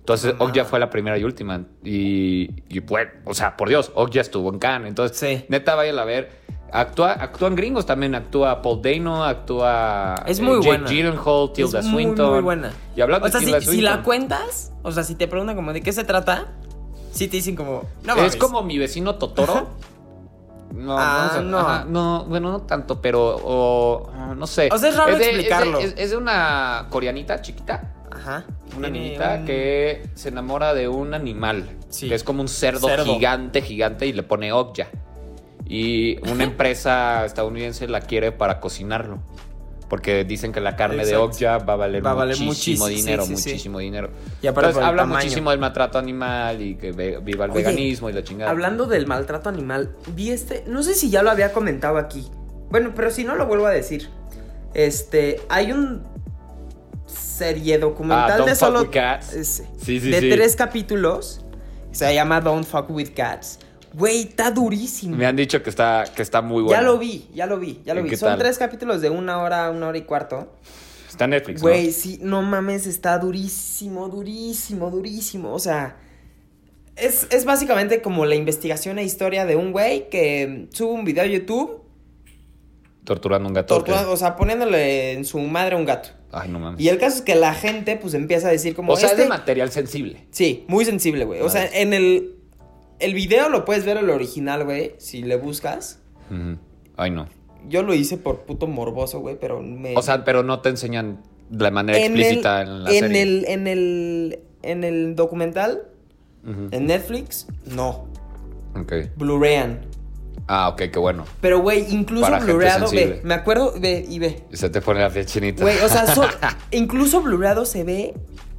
Speaker 2: Entonces, Okja fue la primera y última. Y, y pues, o sea, por Dios, Okja estuvo en Cannes. Entonces,
Speaker 3: Sí.
Speaker 2: neta, vayan a ver. Actúa, actúan gringos también. Actúa Paul Dano, actúa eh,
Speaker 4: Es muy
Speaker 2: Jake
Speaker 4: buena.
Speaker 2: Gyllenhaal, Tilda
Speaker 4: es
Speaker 2: Swinton.
Speaker 4: Muy, muy buena.
Speaker 2: Y hablando
Speaker 4: o sea,
Speaker 2: de
Speaker 4: si,
Speaker 2: Tilda
Speaker 4: si
Speaker 2: Swinton,
Speaker 4: la cuentas, o sea, si te preguntan como de qué se trata, sí te dicen como, no mames.
Speaker 2: es como mi vecino Totoro. No,
Speaker 3: Ah,
Speaker 2: no,
Speaker 3: no.
Speaker 2: ajá, no, bueno, no tanto, pero o, no sé.
Speaker 4: O sea, es raro
Speaker 2: de- de-
Speaker 4: explicarlo.
Speaker 2: es- es de una coreanita chiquita.
Speaker 3: Ajá.
Speaker 2: Una
Speaker 3: Tiene
Speaker 2: niñita
Speaker 3: un-
Speaker 2: que se enamora de un animal.
Speaker 4: Sí.
Speaker 2: Que es como un cerdo,
Speaker 4: Cerdo.
Speaker 2: gigante, gigante, y le pone Okja. Y una empresa estadounidense la quiere para cocinarlo. Porque dicen que la carne
Speaker 3: Exacto.
Speaker 2: de Okja va a valer
Speaker 3: Va a valer
Speaker 2: muchísimo
Speaker 3: muchis- sí,
Speaker 2: dinero,
Speaker 3: sí, sí.
Speaker 2: muchísimo dinero.
Speaker 3: Y aparte por
Speaker 2: Entonces
Speaker 3: el
Speaker 2: habla
Speaker 3: tamaño.
Speaker 2: muchísimo del maltrato animal y que ve- viva el
Speaker 3: Oye,
Speaker 2: veganismo y la chingada.
Speaker 3: Hablando del maltrato animal, vi este, no sé si ya lo había comentado aquí. Bueno, pero si no lo vuelvo a decir. Este, hay un serie documental
Speaker 2: Ah, Don't
Speaker 3: de
Speaker 2: Fuck
Speaker 3: solo
Speaker 2: With Cats.
Speaker 3: Ese.
Speaker 2: Sí, sí,
Speaker 3: de
Speaker 2: sí.
Speaker 3: tres capítulos. Se llama Don't Fuck with Cats. Güey, está durísimo.
Speaker 2: Me han dicho que está, que está muy bueno.
Speaker 3: Ya lo vi, ya lo vi, ya lo
Speaker 2: ¿Y
Speaker 3: vi.
Speaker 2: qué
Speaker 3: Son
Speaker 2: tal?
Speaker 3: tres capítulos de una hora, una hora y cuarto.
Speaker 2: Está en Netflix, ¿no?
Speaker 3: Güey, sí, no mames, está durísimo, durísimo, durísimo. O sea, es, es básicamente como la investigación e historia de un güey que sube un video a YouTube,
Speaker 2: Torturando a un gato.
Speaker 3: tortura-
Speaker 2: ¿ok?
Speaker 3: o sea, poniéndole en su madre a un gato.
Speaker 2: Ay, no mames.
Speaker 3: Y el caso es que la gente, pues, empieza a decir como...
Speaker 2: o sea, es
Speaker 3: este-
Speaker 2: de material sensible.
Speaker 3: Sí, muy sensible, güey. O sea,
Speaker 2: Madre.
Speaker 3: en el... El video lo puedes ver el original, güey, si le buscas.
Speaker 2: Ujú. Ay, no.
Speaker 3: Yo lo hice por puto morboso, güey, pero me...
Speaker 2: O sea, pero no te enseñan de manera
Speaker 3: en el-
Speaker 2: explícita en la
Speaker 3: en
Speaker 2: serie.
Speaker 3: el, en el, en el documental
Speaker 2: Ujú.
Speaker 3: En Netflix, no.
Speaker 2: Ok.
Speaker 3: Blu-rayan.
Speaker 2: Ah, ok, qué bueno.
Speaker 3: Pero, güey, incluso
Speaker 2: Para gente
Speaker 3: blu-rayado,
Speaker 2: sensible.
Speaker 3: ve. Me acuerdo, ve y ve.
Speaker 2: Se te pone la piel chinita.
Speaker 3: Güey, o sea, so- incluso blu-rayado se ve,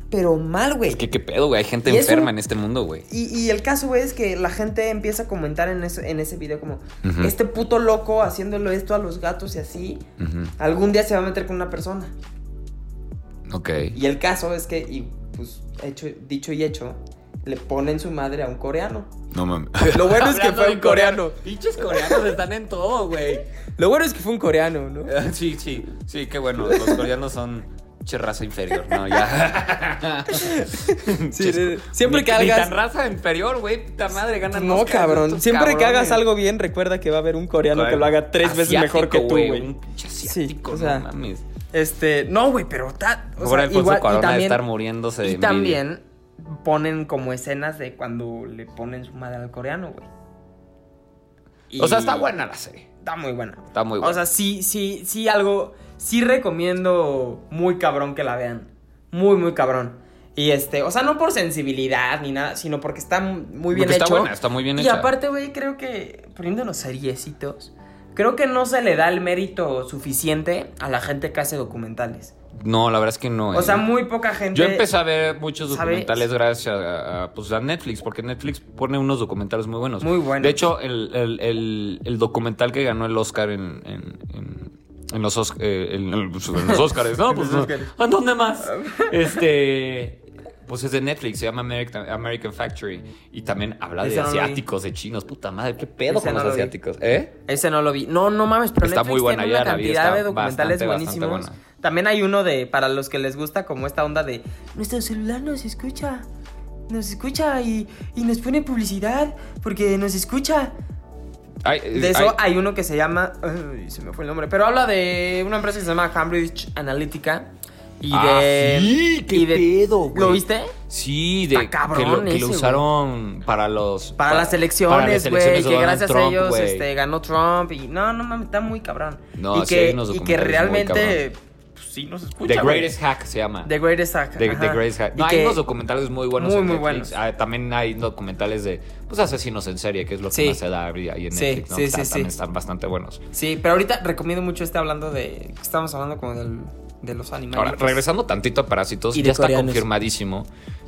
Speaker 3: pero mal, güey.
Speaker 2: Es que qué pedo, güey. Hay gente
Speaker 3: Y es
Speaker 2: enferma
Speaker 3: un-
Speaker 2: en este mundo, güey.
Speaker 3: Y, y el caso, güey, es que la gente empieza a comentar en, eso- en ese video como,
Speaker 2: Ujú.
Speaker 3: este puto loco haciéndolo esto a los gatos y así,
Speaker 2: Ujú.
Speaker 3: algún día se va a meter con una persona.
Speaker 2: Ok.
Speaker 3: Y el caso es que, y, pues, hecho, dicho y hecho, le ponen su madre a un coreano.
Speaker 2: No mames.
Speaker 3: Lo bueno es que fue un coreano.
Speaker 2: Pinches coreanos están en todo, güey. Eh,
Speaker 3: Lo bueno es que fue un coreano, ¿no?
Speaker 2: Sí, sí. Sí, qué bueno. Los coreanos son che raza inferior, ¿no? Ya.
Speaker 3: Sí,
Speaker 2: Ches-
Speaker 3: siempre
Speaker 2: ni-
Speaker 3: que
Speaker 2: ni
Speaker 3: hagas-
Speaker 2: tan raza inferior, güey. Puta madre, ganan
Speaker 3: No,
Speaker 2: más
Speaker 3: cabrón.
Speaker 2: estos
Speaker 3: Siempre que hagas
Speaker 2: cabrones.
Speaker 3: algo bien, recuerda que va a haber un coreano que lo haga tres veces
Speaker 2: Asiático,
Speaker 3: mejor que tú, güey.
Speaker 2: Un pinche
Speaker 3: Sí,
Speaker 2: asiático,
Speaker 3: o sea,
Speaker 2: no mames.
Speaker 3: Este, no, güey, pero ta- o
Speaker 2: Ahora
Speaker 3: sea,
Speaker 2: Alfonso
Speaker 3: igual,
Speaker 2: Cuarón ha
Speaker 3: y
Speaker 2: de
Speaker 3: también,
Speaker 2: estar muriéndose de
Speaker 3: y
Speaker 2: envidia.
Speaker 3: también ponen como escenas de cuando le ponen su madre al coreano, güey. Y-
Speaker 2: O sea, está buena la serie.
Speaker 3: Está muy buena.
Speaker 2: Está muy
Speaker 3: O
Speaker 2: buena.
Speaker 3: sea, sí, sí, sí, algo. Sí recomiendo muy cabrón que la vean. Muy, muy cabrón. Y este, o sea, no por sensibilidad ni nada, sino porque está muy bien
Speaker 2: Porque
Speaker 3: hecho.
Speaker 2: está buena, está muy bien
Speaker 3: y
Speaker 2: hecha.
Speaker 3: aparte, güey, creo que poniéndonos seriecitos, creo que no se le da el mérito suficiente a la gente que hace documentales.
Speaker 2: no, la verdad es que no.
Speaker 3: O
Speaker 2: eh.
Speaker 3: sea, muy poca gente.
Speaker 2: Yo empecé a ver muchos
Speaker 3: ¿Sabes?
Speaker 2: documentales gracias a, a, pues, a Netflix, porque Netflix pone unos documentales muy buenos.
Speaker 3: Muy buenos.
Speaker 2: De hecho, el, el- el- el documental que ganó el Oscar en, en- en- en los, Osc- eh, en- en los- en los Oscars, ¿no? Pues,
Speaker 3: los Oscars.
Speaker 2: ¿A dónde más? Este... Pues es de Netflix, se llama American, American Factory. Y también habla de
Speaker 3: Ese no lo vi.
Speaker 2: asiáticos, de chinos. Puta madre, qué pedo
Speaker 3: Ese
Speaker 2: con
Speaker 3: no
Speaker 2: los
Speaker 3: lo vi.
Speaker 2: asiáticos. ¿Eh?
Speaker 3: Ese no lo vi. No, no mames, pero
Speaker 2: Está
Speaker 3: Netflix
Speaker 2: muy buena,
Speaker 3: tiene
Speaker 2: ya
Speaker 3: una
Speaker 2: la vi,
Speaker 3: cantidad
Speaker 2: está
Speaker 3: de documentales
Speaker 2: bastante, bastante
Speaker 3: buenísimos. También hay uno de para los que les gusta como esta onda de nuestro celular nos escucha. Nos escucha y, y nos pone publicidad porque nos escucha.
Speaker 2: Ay,
Speaker 3: De
Speaker 2: eh,
Speaker 3: eso
Speaker 2: ay,
Speaker 3: hay uno que se llama ay, se me fue el nombre, pero habla de una empresa que se llama Cambridge Analytica y
Speaker 2: Ah,
Speaker 3: de
Speaker 2: sí, qué
Speaker 3: y de-
Speaker 2: pedo, güey.
Speaker 3: ¿Lo viste?
Speaker 2: Sí, de
Speaker 3: Está cabrón
Speaker 2: que lo, que
Speaker 3: ese,
Speaker 2: lo
Speaker 3: güey.
Speaker 2: usaron para los
Speaker 3: Para las elecciones, güey, que gracias a ellos este, ganó Trump y no, no mames, está muy cabrón.
Speaker 2: No,
Speaker 3: y
Speaker 2: sí,
Speaker 3: que
Speaker 2: hay unos
Speaker 3: y que
Speaker 2: documentales muy
Speaker 3: realmente
Speaker 2: cabrones.
Speaker 3: pues, sí nos escucha.
Speaker 2: The
Speaker 3: güey.
Speaker 2: Greatest Hack se llama.
Speaker 3: The Greatest Hack.
Speaker 2: The,
Speaker 3: ajá.
Speaker 2: The Greatest Hack.
Speaker 3: Y
Speaker 2: No, hay
Speaker 3: que-
Speaker 2: unos documentales muy buenos.
Speaker 3: Muy,
Speaker 2: en
Speaker 3: muy
Speaker 2: Netflix.
Speaker 3: buenos.
Speaker 2: Ah, también hay documentales de pues asesinos en serie, que es lo que
Speaker 3: Sí.
Speaker 2: más se da ahí ahí en
Speaker 3: Sí,
Speaker 2: Netflix. ¿no?
Speaker 3: sí,
Speaker 2: Está-
Speaker 3: sí,
Speaker 2: también
Speaker 3: sí.
Speaker 2: están bastante buenos.
Speaker 3: Sí, pero ahorita recomiendo mucho este hablando de. Estamos hablando como del, de los animales.
Speaker 2: Ahora, regresando tantito a Parásitos,
Speaker 3: Y de
Speaker 2: ya está
Speaker 3: coreanos.
Speaker 2: confirmadísimo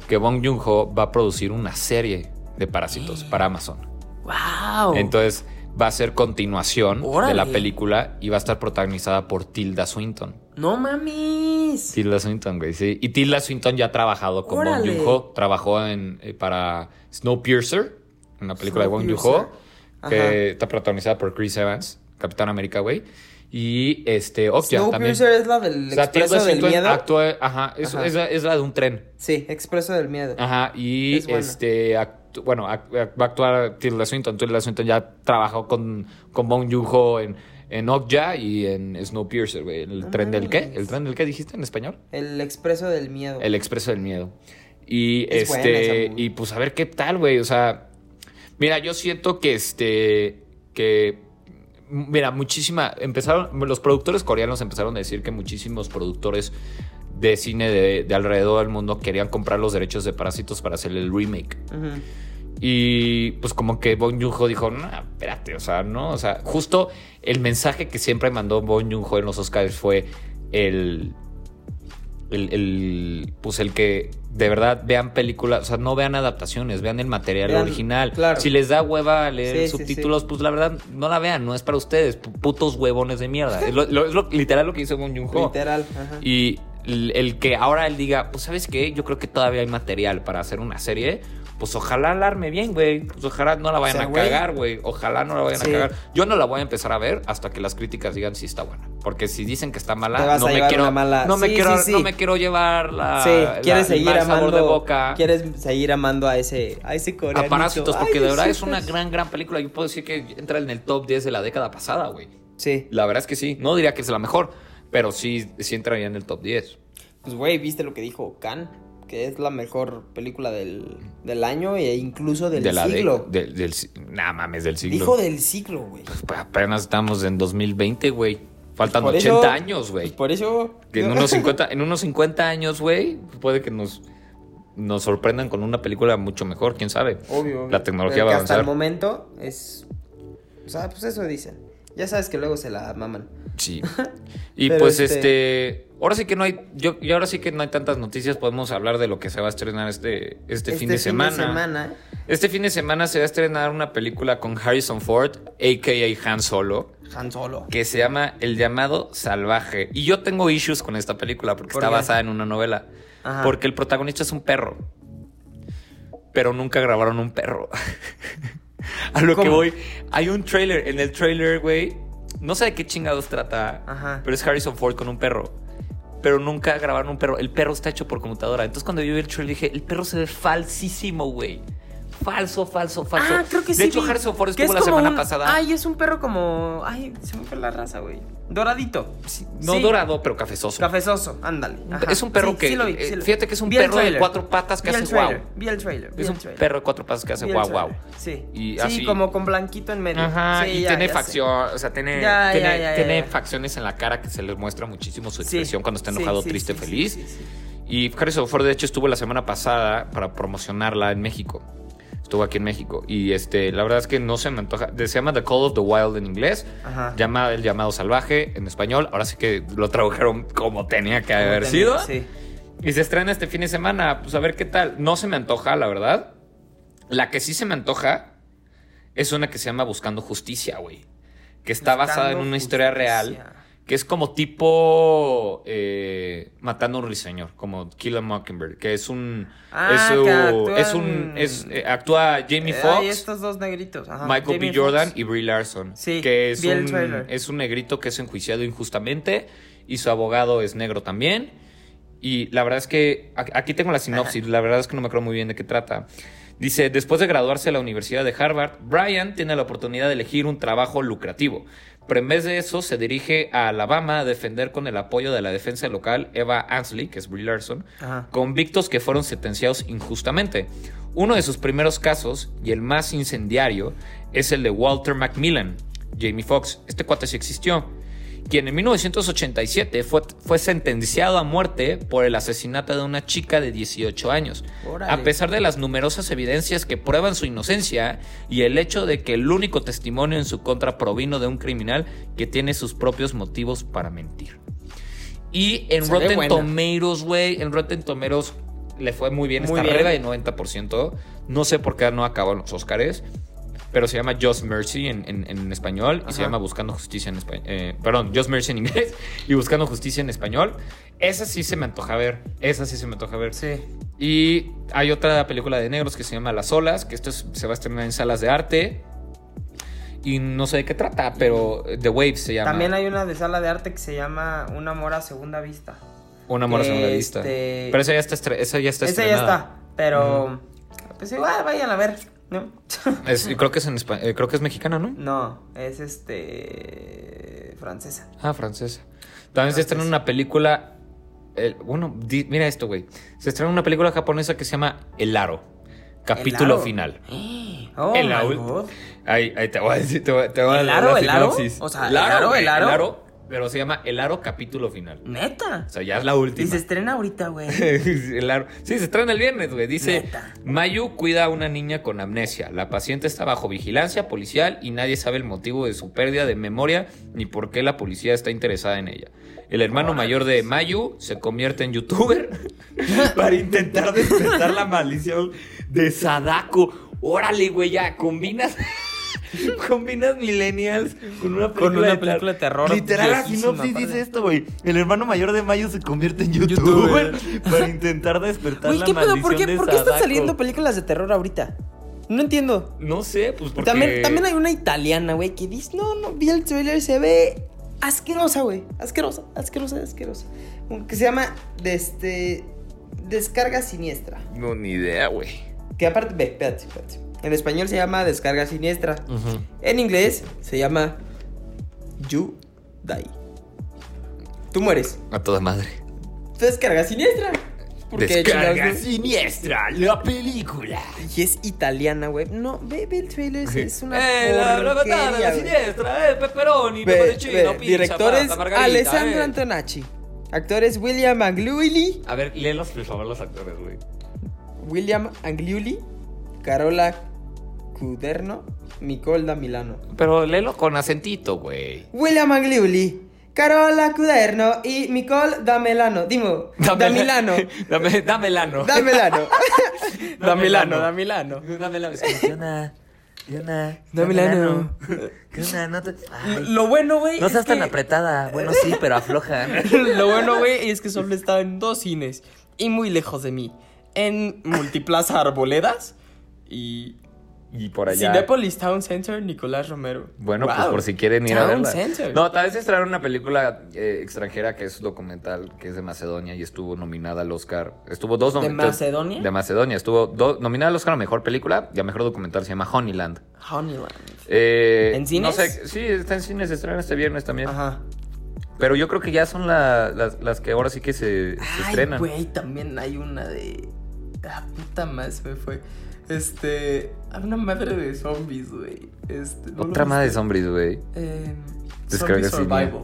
Speaker 2: que Bong Joon-ho va a producir una serie de Parásitos para Amazon.
Speaker 3: ¡Wow!
Speaker 2: Entonces va a ser continuación de la
Speaker 3: Oh. Órale.
Speaker 2: película y va a estar protagonizada por Tilda Swinton.
Speaker 3: ¡No mames!
Speaker 2: Tilda Swinton, güey, sí. Y Tilda Swinton ya ha trabajado con Bong
Speaker 3: Órale.
Speaker 2: Joon-ho. Trabajó en, eh, para Snowpiercer, una película de Bong
Speaker 3: Snowpiercer.
Speaker 2: Joon-ho, que está protagonizada por Chris Evans, Capitán América, güey. Y este, Okja también.
Speaker 3: Snowpiercer es la del
Speaker 2: O sea, Tilda
Speaker 3: expreso del
Speaker 2: Swinton
Speaker 3: miedo.
Speaker 2: actúa, ajá, es,
Speaker 3: Ajá.
Speaker 2: es la- es la de un tren.
Speaker 3: Sí, expreso del miedo.
Speaker 2: Ajá, y
Speaker 3: Es buena.
Speaker 2: este, actu- bueno, ac- ac- va a actuar Tilda Swinton. Tilda Swinton ya trabajó con, con Bong Joon-ho en, en Okja y en Snowpiercer, güey. ¿El
Speaker 3: No
Speaker 2: tren del qué?
Speaker 3: mames.
Speaker 2: ¿El tren del qué dijiste en español?
Speaker 3: El expreso del miedo.
Speaker 2: El expreso del miedo. Y
Speaker 3: Es buena
Speaker 2: este,
Speaker 3: esa movie.
Speaker 2: y pues a ver qué tal, güey. O sea, mira, yo siento que este, que, mira, muchísima, empezaron, los productores coreanos empezaron a decir que muchísimos productores de cine de, de alrededor del mundo querían comprar los derechos de Parásitos para hacer el remake.
Speaker 3: Ujú.
Speaker 2: Y pues como que Bon Joon-ho dijo, no, espérate, o sea, no, o sea, justo el mensaje que siempre mandó Bon Joon-ho en los Oscars fue el, el, el, pues el que de verdad vean películas, o sea, no vean adaptaciones, vean el material
Speaker 3: Vean,
Speaker 2: original.
Speaker 3: claro.
Speaker 2: Si les da hueva leer
Speaker 3: Sí, sí,
Speaker 2: subtítulos, pues la verdad, no la vean, no es para ustedes, pu- putos huevones de mierda. Es, lo, lo- es lo- literal lo que hizo Bon Joon-ho.
Speaker 3: Literal. Ajá.
Speaker 2: Y el, el que ahora él diga, pues sabes qué, yo creo que todavía hay material para hacer una serie, pues ojalá alarme bien, güey. Pues ojalá no la vayan
Speaker 3: sea,
Speaker 2: a
Speaker 3: güey.
Speaker 2: cagar, güey. Ojalá no la vayan
Speaker 3: Sí.
Speaker 2: a cagar. Yo no la voy a empezar a ver hasta que las críticas digan si está buena. Porque si dicen que está
Speaker 3: Te
Speaker 2: mala,
Speaker 3: vas
Speaker 2: no
Speaker 3: a
Speaker 2: me,
Speaker 3: llevar
Speaker 2: quiero,
Speaker 3: una mala-
Speaker 2: No, me
Speaker 3: Sí,
Speaker 2: quiero,
Speaker 3: sí, sí.
Speaker 2: no me quiero llevar la.
Speaker 3: sí,
Speaker 2: la-
Speaker 3: quieres
Speaker 2: el
Speaker 3: seguir
Speaker 2: mal sabor
Speaker 3: amando.
Speaker 2: de boca.
Speaker 3: Quieres seguir amando a ese, a ese coreanito.
Speaker 2: A Parásitos, porque
Speaker 3: Ay,
Speaker 2: de verdad
Speaker 3: sí, pues.
Speaker 2: es una
Speaker 3: sí.
Speaker 2: gran, gran película. Yo puedo decir que entra en el top 10 de la década pasada, güey.
Speaker 3: Sí.
Speaker 2: La verdad es que sí. No diría que es la mejor, pero sí, sí entraría en el top 10.
Speaker 3: Pues, güey, viste lo que dijo Khan, que es la mejor película del, del año e incluso del
Speaker 2: de la de-
Speaker 3: siglo.
Speaker 2: del- del si- nah, mames, del siglo.
Speaker 3: Dijo del siglo, güey.
Speaker 2: Pues apenas estamos en 2020, güey. Faltan
Speaker 3: Por
Speaker 2: 80
Speaker 3: eso- pues,
Speaker 2: años, güey.
Speaker 3: Por eso.
Speaker 2: Que en unos 50, en unos 50 años, güey, puede que nos, nos sorprendan con una película mucho mejor, quién sabe.
Speaker 3: Obvio.
Speaker 2: La tecnología
Speaker 3: pero
Speaker 2: va a
Speaker 3: que Hasta el
Speaker 2: avanzar.
Speaker 3: momento es. O sea, pues eso dicen. Ya sabes que luego se la maman.
Speaker 2: Sí. Y
Speaker 3: Pero
Speaker 2: pues
Speaker 3: este-
Speaker 2: este... ahora sí que no hay yo y ahora sí que no hay tantas noticias, podemos hablar de lo que se va a estrenar este este, fin, de, semana.
Speaker 3: semana.
Speaker 2: Este fin de semana se va a estrenar una película con Harrison Ford, aka Han Solo.
Speaker 3: Han Solo.
Speaker 2: que se llama El llamado salvaje. Y yo tengo issues con esta película porque
Speaker 3: ¿Por
Speaker 2: está
Speaker 3: qué?
Speaker 2: basada en una novela.
Speaker 3: Ajá.
Speaker 2: Porque el protagonista es un perro. Pero nunca grabaron un perro. A lo que
Speaker 3: ¿Cómo?
Speaker 2: voy, hay un trailer. En el trailer, güey, no sé de qué chingados trata,
Speaker 3: Ajá.
Speaker 2: pero es Harrison Ford con un perro. Pero nunca grabaron un perro. El perro está hecho por computadora. Entonces cuando yo vi el trailer dije, el perro se ve falsísimo, güey. Falso, falso, falso.
Speaker 3: Ah, creo que
Speaker 2: de
Speaker 3: sí.
Speaker 2: hecho,
Speaker 3: vi.
Speaker 2: Harrison Ford
Speaker 3: Que
Speaker 2: estuvo
Speaker 3: es
Speaker 2: la
Speaker 3: como
Speaker 2: semana
Speaker 3: un-
Speaker 2: pasada.
Speaker 3: Ay, es un perro como. Ay, se me fue la raza, güey. Doradito.
Speaker 2: no
Speaker 3: sí.
Speaker 2: dorado, pero cafezoso.
Speaker 3: Cafezoso, ándale. Ajá.
Speaker 2: Es un perro
Speaker 3: Sí,
Speaker 2: que-
Speaker 3: sí lo vi, sí
Speaker 2: eh,
Speaker 3: lo vi.
Speaker 2: fíjate que es un
Speaker 3: Vi el
Speaker 2: perro de
Speaker 3: tráiler.
Speaker 2: cuatro patas que
Speaker 3: Vi el
Speaker 2: hace
Speaker 3: tráiler,
Speaker 2: guau.
Speaker 3: Vi el trailer. vi
Speaker 2: Es
Speaker 3: el
Speaker 2: un
Speaker 3: tráiler,
Speaker 2: perro de cuatro patas que hace
Speaker 3: vi el
Speaker 2: guau,
Speaker 3: tráiler.
Speaker 2: guau.
Speaker 3: Sí.
Speaker 2: Y
Speaker 3: sí,
Speaker 2: así-
Speaker 3: como con blanquito en medio.
Speaker 2: Ajá,
Speaker 3: Sí,
Speaker 2: y
Speaker 3: ya,
Speaker 2: tiene
Speaker 3: ya sé.
Speaker 2: facción, o sea, tiene,
Speaker 3: Ya,
Speaker 2: tiene,
Speaker 3: ya, ya, ya,
Speaker 2: tiene
Speaker 3: ya.
Speaker 2: facciones en la cara que se les muestra muchísimo su
Speaker 3: Sí,
Speaker 2: expresión cuando está
Speaker 3: sí,
Speaker 2: enojado,
Speaker 3: sí,
Speaker 2: triste,
Speaker 3: sí, sí,
Speaker 2: feliz.
Speaker 3: sí, sí.
Speaker 2: Y Harrison Ford, de hecho, estuvo la semana pasada para promocionarla en México. Estuvo aquí en México. Y este, la verdad es que no se me antoja. Se llama The Call of the Wild en inglés.
Speaker 3: Ajá.
Speaker 2: Llama el llamado salvaje en español. Ahora sí que lo tradujeron como tenía que haber
Speaker 3: Tenía-
Speaker 2: sido.
Speaker 3: Sí.
Speaker 2: Y se estrena este fin de semana. Pues a ver qué tal. No se me antoja, la verdad. La que sí se me antoja es una que se llama Buscando Justicia, güey. Que está basada en
Speaker 3: Buscando
Speaker 2: una historia real.
Speaker 3: justicia.
Speaker 2: Que es como tipo eh, Matando a un Ruiseñor, como Kill a Mockingbird. Que es un.
Speaker 3: Ah,
Speaker 2: es,
Speaker 3: que
Speaker 2: un-
Speaker 3: actúan-
Speaker 2: es un. es, eh, actúa Jamie
Speaker 3: Ay,
Speaker 2: Foxx.
Speaker 3: estos dos negritos. Ajá.
Speaker 2: Michael
Speaker 3: Jamie
Speaker 2: B. Jordan
Speaker 3: Foxx.
Speaker 2: y Brie Larson.
Speaker 3: Sí,
Speaker 2: que es
Speaker 3: vi el
Speaker 2: un,
Speaker 3: tráiler.
Speaker 2: es un negrito que es enjuiciado injustamente y su abogado es negro también. Y la verdad es que a- aquí tengo la sinopsis, la verdad es que no me acuerdo muy bien de qué trata. Dice, después de graduarse de la Universidad de Harvard, Brian tiene la oportunidad de elegir un trabajo lucrativo, pero en vez de eso se dirige a Alabama a defender con el apoyo de la defensa local Eva Ansley, que es Brie Larson,
Speaker 3: Ajá.
Speaker 2: convictos que fueron sentenciados injustamente. Uno de sus primeros casos, y el más incendiario, es el de Walter Macmillan, Jamie Foxx, este cuate sí existió, quien en 1987 fue, fue sentenciado a muerte por el asesinato de una chica de 18 años.
Speaker 3: Órale.
Speaker 2: A pesar de las numerosas evidencias que prueban su inocencia y el hecho de que el único testimonio en su contra provino de un criminal que tiene sus propios motivos para mentir. Y en
Speaker 3: Se ve
Speaker 2: Rotten
Speaker 3: buena.
Speaker 2: Tomatoes, güey, en Rotten Tomatoes le fue muy bien,
Speaker 3: Muy
Speaker 2: está
Speaker 3: bien.
Speaker 2: arriba de 90%. No sé por qué no acabó en los Oscars, pero se llama Just Mercy en, en- en español y se
Speaker 3: Ajá.
Speaker 2: llama Buscando Justicia en español. perdón, Just Mercy en inglés y Buscando Justicia en español. Esa sí se me antoja ver, esa sí se me antoja ver.
Speaker 3: Sí.
Speaker 2: Y hay otra película de negros que se llama Las Olas, que esto es- se va a estrenar en salas de arte. Y no sé de qué trata, pero eh, The Wave se llama.
Speaker 3: También hay una de sala de arte que se llama Un amor a segunda vista.
Speaker 2: Un amor a segunda
Speaker 3: Este-
Speaker 2: vista. Pero esa ya está, estre- esa ya está
Speaker 3: Esa ya está, pero pues igual vayan a ver, ¿no?
Speaker 2: está. creo, que es en espa- eh, creo que es mexicana, ¿no?
Speaker 3: no, es este francesa.
Speaker 2: Ah, francesa. También se estrena
Speaker 3: Francesa.
Speaker 2: una película. el- bueno, di- mira esto, güey. Se estrena una película japonesa que se llama El Aro. Capítulo
Speaker 3: Aro?
Speaker 2: final.
Speaker 3: Oh,
Speaker 2: El
Speaker 3: my
Speaker 2: Aul.
Speaker 3: God.
Speaker 2: Ahí, ahí te voy a decir, te voy, a- te voy a
Speaker 3: ¿El
Speaker 2: dar
Speaker 3: aro,
Speaker 2: la
Speaker 3: el aro?
Speaker 2: sinopsis.
Speaker 3: O sea, ¿el aro,
Speaker 2: güey,
Speaker 3: el aro?
Speaker 2: Pero se llama El Aro Capítulo Final.
Speaker 3: Neta.
Speaker 2: O sea, ya es la
Speaker 3: Y
Speaker 2: última.
Speaker 3: se estrena ahorita, güey.
Speaker 2: El aro- Sí, se estrena el viernes, güey. Dice,
Speaker 3: Neta.
Speaker 2: Mayu cuida a una niña con amnesia. La paciente está bajo vigilancia policial y nadie sabe el motivo de su pérdida de memoria ni por qué la policía está interesada en ella. El hermano mayor de Mayu se convierte en youtuber para intentar despertar la maldición de Sadako. Órale, güey, ya combinas... Combinas millennials con una película,
Speaker 4: Con una
Speaker 2: de, ter-
Speaker 4: película de terror
Speaker 2: Literal, la
Speaker 4: viejísima,
Speaker 2: sinopsis
Speaker 4: padre.
Speaker 2: dice esto, güey. El hermano mayor de Mayu se convierte en
Speaker 4: Youtuber.
Speaker 2: youtuber para intentar despertar
Speaker 3: Güey,
Speaker 2: la
Speaker 3: ¿qué pedo?
Speaker 2: maldición
Speaker 3: ¿Por qué,
Speaker 2: de
Speaker 3: por qué están
Speaker 2: Sadako.
Speaker 3: saliendo películas de terror ahorita? No entiendo.
Speaker 2: No sé, pues porque...
Speaker 3: También, también hay una italiana, güey, que dice, no, no, vi el trailer y se ve asquerosa, güey. Asquerosa, asquerosa, asquerosa. Que se llama, de este, Descarga Siniestra.
Speaker 2: No, ni idea, güey.
Speaker 3: Que aparte, ve, espérate, espérate. En español se llama Descarga Siniestra.
Speaker 2: Mm.
Speaker 3: En inglés se llama You Die. Tú mueres.
Speaker 2: A toda madre.
Speaker 3: Descarga Siniestra. Porque
Speaker 2: Descarga
Speaker 3: chingados,
Speaker 2: siniestra la película.
Speaker 3: güey. Y es italiana, güey. No, ve, ve el trailer, es- es una
Speaker 2: Eh, la, la batalla de
Speaker 3: porquería,
Speaker 2: la
Speaker 3: güey.
Speaker 2: siniestra, eh, pepperoni,
Speaker 3: Ve,
Speaker 2: peperoncino,
Speaker 3: ve,
Speaker 2: pizza,
Speaker 3: directores
Speaker 2: pasta, margarita,
Speaker 3: Alessandro
Speaker 2: eh.
Speaker 3: Antonacci. Actores William Angliuli,
Speaker 2: A ver, léelos por favor los actores, güey.
Speaker 3: William Angliuli, Carola Cuderno, Micolda Milano.
Speaker 2: Pero léelo con acentito, güey.
Speaker 3: William Angliuli, Carola Cuderno y Micol Damelano. Dimo, Damilano.
Speaker 2: Dame, dame lano.
Speaker 3: Damelano.
Speaker 2: Damilano.
Speaker 3: Damilano.
Speaker 2: Dame lano.
Speaker 5: Diana, Diana.
Speaker 3: Damilano.
Speaker 5: ¿Qué onda? No te. Ay,
Speaker 4: Lo bueno, güey.
Speaker 5: no
Speaker 4: es
Speaker 5: seas tan
Speaker 4: que-
Speaker 5: apretada. Bueno, sí, pero afloja.
Speaker 4: Lo bueno, güey, es que solo estaba en dos cines y muy lejos de mí. En Multiplaza Arboledas y
Speaker 2: Y por
Speaker 4: Cinépolis Town Center Nicolás Romero.
Speaker 2: Bueno,
Speaker 4: Wow.
Speaker 2: pues por si quieren ir a
Speaker 4: Town
Speaker 2: verla.
Speaker 4: Center.
Speaker 2: No, tal vez estrenaron una película eh, extranjera que es documental, que es de Macedonia y estuvo nominada al Oscar. Estuvo dos
Speaker 4: ¿De
Speaker 2: nominadas.
Speaker 4: Macedonia?
Speaker 2: De Macedonia. Estuvo do- nominada al Oscar a mejor película y a mejor documental. Se llama Honeyland.
Speaker 4: Honeyland.
Speaker 2: Eh,
Speaker 4: ¿En cines?
Speaker 2: No sé, sí, está en cines. Se estrena este viernes también.
Speaker 4: Ajá.
Speaker 2: Pero yo creo que ya son la- las, las que ahora sí que se, se
Speaker 4: Ay,
Speaker 2: estrenan.
Speaker 4: güey, también hay una de. Ah, puta madre, se me fue. Este. Hay una madre de zombies, güey. Este, ¿no lo
Speaker 2: Otra madre de
Speaker 4: viste?
Speaker 2: zombies, güey.
Speaker 4: Eh, zombie
Speaker 2: Descarga
Speaker 4: Survival.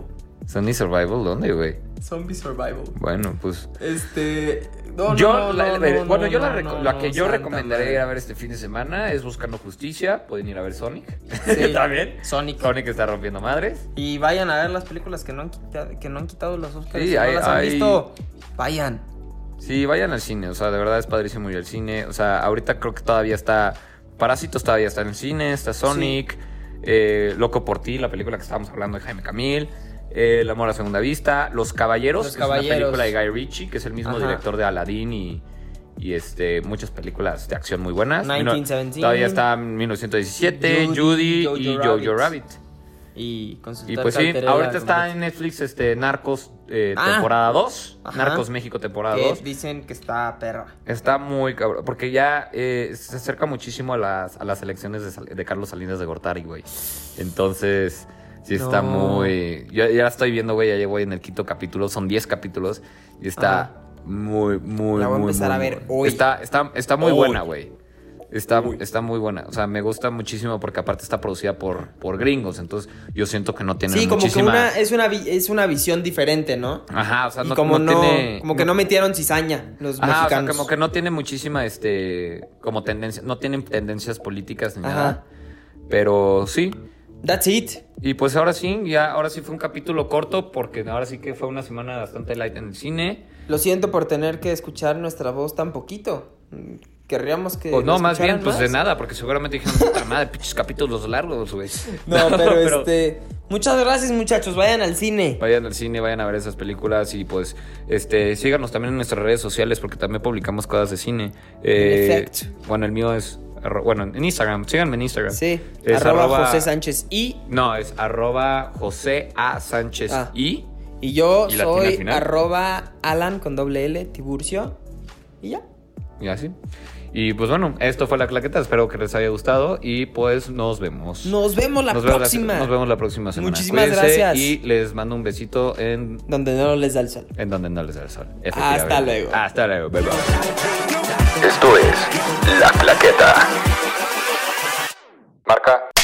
Speaker 2: ¿Sony Survival? ¿Dónde, güey?
Speaker 4: Zombie Survival.
Speaker 2: Bueno, pues.
Speaker 4: Este. no, no,
Speaker 2: yo,
Speaker 4: no,
Speaker 2: la-
Speaker 4: no,
Speaker 2: a ver,
Speaker 4: no,
Speaker 2: bueno,
Speaker 4: no,
Speaker 2: yo la,
Speaker 4: no,
Speaker 2: reco-
Speaker 4: no,
Speaker 2: la
Speaker 4: no,
Speaker 2: que yo
Speaker 4: santa
Speaker 2: recomendaría ir
Speaker 4: madre.
Speaker 2: a ver este fin de semana es Buscando Justicia. Pueden ir a ver Sonic.
Speaker 4: Sí.
Speaker 2: También.
Speaker 4: Sonic.
Speaker 2: Sonic está rompiendo madres.
Speaker 3: Y vayan a ver las películas que no han quitado, que no han quitado los Oscars.
Speaker 2: Sí,
Speaker 3: si no
Speaker 2: hay-
Speaker 3: las han
Speaker 2: hay-
Speaker 3: visto. Vayan.
Speaker 2: Sí, vayan al cine. O sea, de verdad es padrísimo ir al cine. O sea, ahorita creo que todavía está. Parásitos todavía está en el cine. Está Sonic. eh, Loco por ti, la película que estábamos hablando de Jaime Camil. eh, el amor a segunda vista. Los Caballeros.
Speaker 3: Los
Speaker 2: que es una
Speaker 3: Caballeros.
Speaker 2: película de Guy Ritchie, que es el mismo
Speaker 3: Ajá.
Speaker 2: director de Aladdin y. y, este, muchas películas de acción muy buenas.
Speaker 3: 1917.
Speaker 2: Todavía está 1917, Judy,
Speaker 3: Judy, Jojo
Speaker 2: y
Speaker 3: Rabbit.
Speaker 2: Jojo Rabbit.
Speaker 3: Y
Speaker 2: Y
Speaker 3: consultar
Speaker 2: pues sí,
Speaker 3: cartelera
Speaker 2: ahorita está
Speaker 3: completa.
Speaker 2: en Netflix este, Narcos eh,
Speaker 3: Ah.
Speaker 2: temporada 2.
Speaker 3: Ajá.
Speaker 2: Narcos México temporada
Speaker 3: Que
Speaker 2: 2.
Speaker 3: dicen que está perra.
Speaker 2: Está muy cabrón. Porque ya eh, se acerca muchísimo a las, a las elecciones de, Sal- de Carlos Salinas de Gortari, güey. Entonces, sí está
Speaker 3: No.
Speaker 2: muy. Yo ya la estoy viendo, güey. Ya llevo en el quinto capítulo. Son 10 capítulos. Y está
Speaker 3: Ajá.
Speaker 2: muy, muy,
Speaker 3: La voy a
Speaker 2: muy,
Speaker 3: empezar
Speaker 2: muy
Speaker 3: a ver
Speaker 2: buena.
Speaker 3: hoy.
Speaker 2: Está, está, está muy
Speaker 3: Hoy.
Speaker 2: buena, güey. Está, está muy buena. O sea, me gusta muchísimo porque aparte está producida por, por gringos. Entonces, yo siento que no tienen
Speaker 3: Sí, como
Speaker 2: muchísima.
Speaker 3: que una, es, una vi- es una visión diferente, ¿no?
Speaker 2: Ajá, o sea,
Speaker 3: y
Speaker 2: no,
Speaker 3: como
Speaker 2: no
Speaker 3: no,
Speaker 2: tiene-
Speaker 3: como que no, metieron cizaña los
Speaker 2: Ajá, o sea,
Speaker 3: mexicanos.
Speaker 2: como que no tiene muchísima, este, como tendencia, no tienen tendencias políticas ni
Speaker 3: Ajá.
Speaker 2: nada. Pero sí,
Speaker 3: That's it.
Speaker 2: y pues ahora sí, ya, ahora sí fue un capítulo corto porque ahora sí que fue una semana bastante light en el cine.
Speaker 3: Lo siento por tener que escuchar nuestra voz tan poquito. Mm, Querríamos que.
Speaker 2: Pues no,
Speaker 3: la
Speaker 2: más bien,
Speaker 3: escucharan
Speaker 2: pues de
Speaker 3: más.
Speaker 2: nada, porque seguramente dijeron, puta madre, pinches capítulos largos, güey.
Speaker 3: No, pero, este. Muchas gracias, muchachos. Vayan al cine.
Speaker 2: Vayan al cine, vayan a ver esas películas y pues este síganos también en nuestras redes sociales porque también publicamos cosas de cine. Eh,
Speaker 3: efecto.
Speaker 2: Bueno, el mío es arro- bueno, en Instagram, síganme en Instagram.
Speaker 3: Sí.
Speaker 2: Es
Speaker 3: Arroba,
Speaker 2: arroba-
Speaker 3: José Sánchez y.
Speaker 2: No, es arroba José A. Sánchez
Speaker 3: Ah.
Speaker 2: y
Speaker 3: Y yo
Speaker 2: Y latina al
Speaker 3: soy
Speaker 2: final.
Speaker 3: arroba Alan con doble L, Tiburcio. Y ya.
Speaker 2: y así. Y pues bueno, esto fue La Claqueta. Espero que les haya gustado y pues nos vemos.
Speaker 3: Nos vemos la
Speaker 2: Nos vemos
Speaker 3: próxima.
Speaker 2: nos vemos la próxima semana.
Speaker 3: Muchísimas
Speaker 2: Cuídense
Speaker 3: gracias.
Speaker 2: Y les mando un besito en,
Speaker 3: Donde no les da el sol.
Speaker 2: en donde no les da el sol.
Speaker 3: Hasta
Speaker 2: Efectivamente.
Speaker 3: luego.
Speaker 2: Hasta luego. Bye bye.
Speaker 1: Esto es La Claqueta. Marca